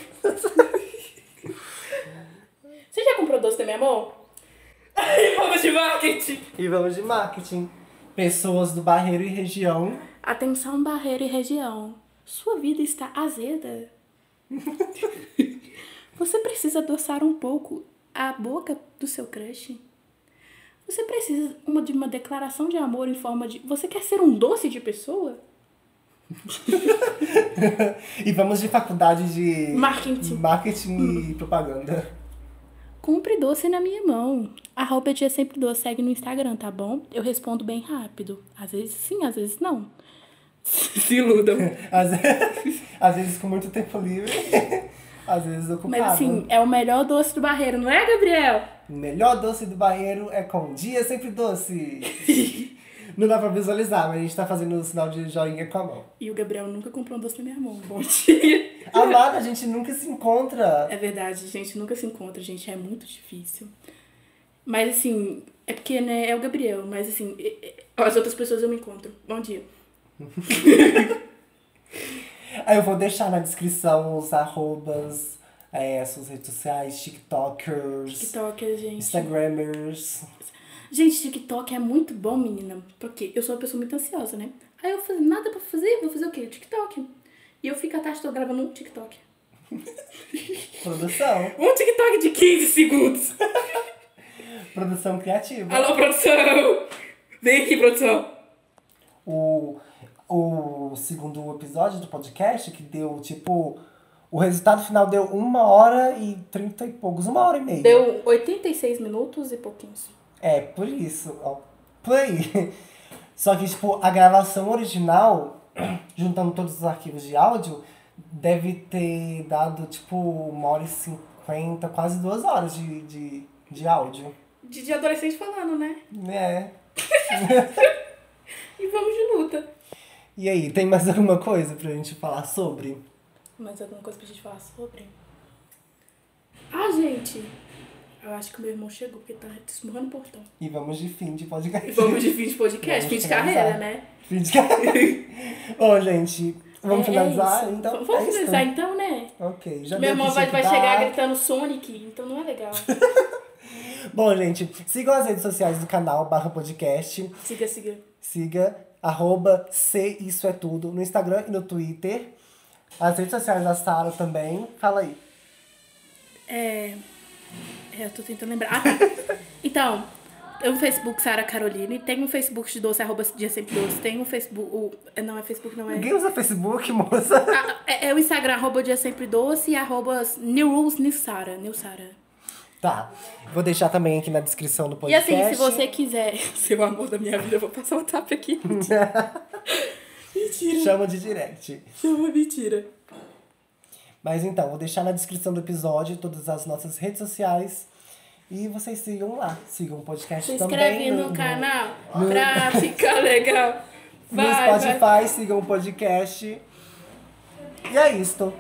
B: Você já comprou doce da minha mão? Ai, Vamos de marketing.
A: e vamos de marketing. Pessoas do Barreiro e região.
B: Atenção, barreira e região. Sua vida está azeda. Você precisa adoçar um pouco a boca do seu crush. Você precisa uma- de uma declaração de amor em forma de. Você quer ser um doce de pessoa?
A: E vamos de faculdade de
B: Marketing. Hum.
A: marketing e propaganda.
C: Compre doce na minha mão. Arroba
B: é
C: dia sempre doce, segue no Instagram, tá bom? Eu respondo bem rápido. Às vezes sim, às vezes não. Se iludam.
A: Às, às vezes com muito tempo livre, às vezes ocupado.
B: Mas assim, é o melhor doce do barreiro, não é, Gabriel?
A: O melhor doce do barreiro é com dia sempre doce. Não dá pra visualizar, mas a gente tá fazendo o sinal de joinha com a mão.
B: E o Gabriel nunca comprou um doce na minha mão. Bom dia.
A: Amada, a gente nunca se encontra.
B: É verdade, gente, nunca se encontra, gente, é muito difícil. Mas assim, é porque, né, é o Gabriel, mas assim, é- é- as outras pessoas eu me encontro. Bom dia.
A: Aí eu vou deixar na descrição os arrobas, é, suas redes sociais, tiktokers,
B: TikTok, gente.
A: instagramers.
B: Gente, TikTok é muito bom, menina. Porque eu sou uma pessoa muito ansiosa, né? Aí eu falei, nada pra fazer, vou fazer o quê? TikTok. E eu fico a tarde toda gravando um TikTok.
A: Produção.
B: Um TikTok de 15 segundos.
A: Produção criativa.
B: Alô, produção! Vem aqui, produção.
A: o, o segundo episódio do podcast, que deu, tipo, o resultado final deu uma hora e trinta e poucos, uma hora e meia.
B: Deu 86 minutos e pouquinhos.
A: É, por isso, ó, por aí. Só que, tipo, a gravação original, juntando todos os arquivos de áudio, deve ter dado, tipo, uma hora e cinquenta, quase duas horas de, de, de áudio.
B: De, de adolescente falando, né?
A: É.
B: E vamos de luta.
A: E aí, tem mais alguma coisa pra gente falar sobre?
B: Mais alguma coisa pra gente falar sobre? Ah, gente. Eu acho que o meu irmão chegou, porque tá desmorrando o portão.
A: E vamos de fim de podcast.
B: E vamos de fim de podcast,
A: Vamos
B: fim de
A: finalizar.
B: carreira, né?
A: Fim de Bom, gente, vamos
B: É, é
A: finalizar
B: isso.
A: então?
B: Vamos
A: É isso?
B: finalizar então, né?
A: Ok, já deu o
B: Meu
A: que
B: irmão vai,
A: tinha
B: vai
A: que dar.
B: chegar gritando Sonic, então não é legal.
A: Bom, gente, sigam as redes sociais do canal barra podcast.
B: siga, siga.
A: Siga arroba se isso é tudo no Instagram e no Twitter. As redes sociais da Sara também. Fala aí.
B: É. é, eu tô tentando lembrar. Ah, tá. Então, tem um Facebook Sara Caroline, tem um Facebook de doce, arroba dia sempre doce, tem um Facebook. o- é, não, é Facebook, não é.
A: Ninguém usa Facebook, moça.
B: Ah, é, é o Instagram, arroba dia sempre doce e arroba New Rules New Sara. New Sara.
A: Tá. Vou deixar também aqui na descrição do
B: E
A: podcast.
B: assim, se você quiser ser o amor da minha vida, eu vou passar o tap aqui. Mentira.
A: Chama de direct.
B: Chama mentira.
A: Mas então, vou deixar na descrição do episódio todas as nossas redes sociais. E vocês sigam lá. Sigam o podcast
B: Se
A: também.
B: inscreve no canal pra ficar legal.
A: No
B: Vai,
A: Spotify,
B: vai.
A: sigam o podcast. E é isto.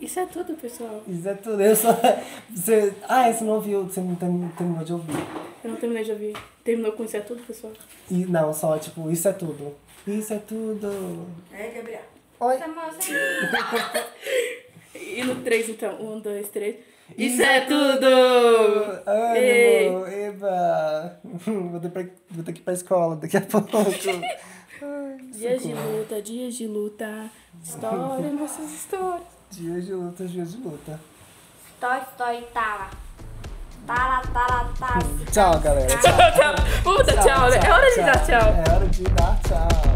B: Isso é tudo, pessoal.
A: Isso é tudo. Eu só... você... Ah, você não ouviu, você não termi- terminou de ouvir.
B: Eu não terminei de ouvir. Terminou com isso é tudo, pessoal.
A: E não, só tipo, isso é tudo. Isso é tudo.
B: É, Gabriel.
A: Oi.
D: Samuel, você
B: E no 3, então. 1, 2, 3. Isso é tudo!
A: Ânimo, eba. Vou ter, pra... Vou ter que ir pra escola daqui a pouco.
B: Dias de luta, dias de luta. História, nossas histórias.
A: dias de luta, dias de luta.
D: Toy, toy, tala. Tala, tala, tala.
A: Tchau, galera.
B: Puta, tchau, né? É hora de dar tchau.
A: É hora de dar tchau.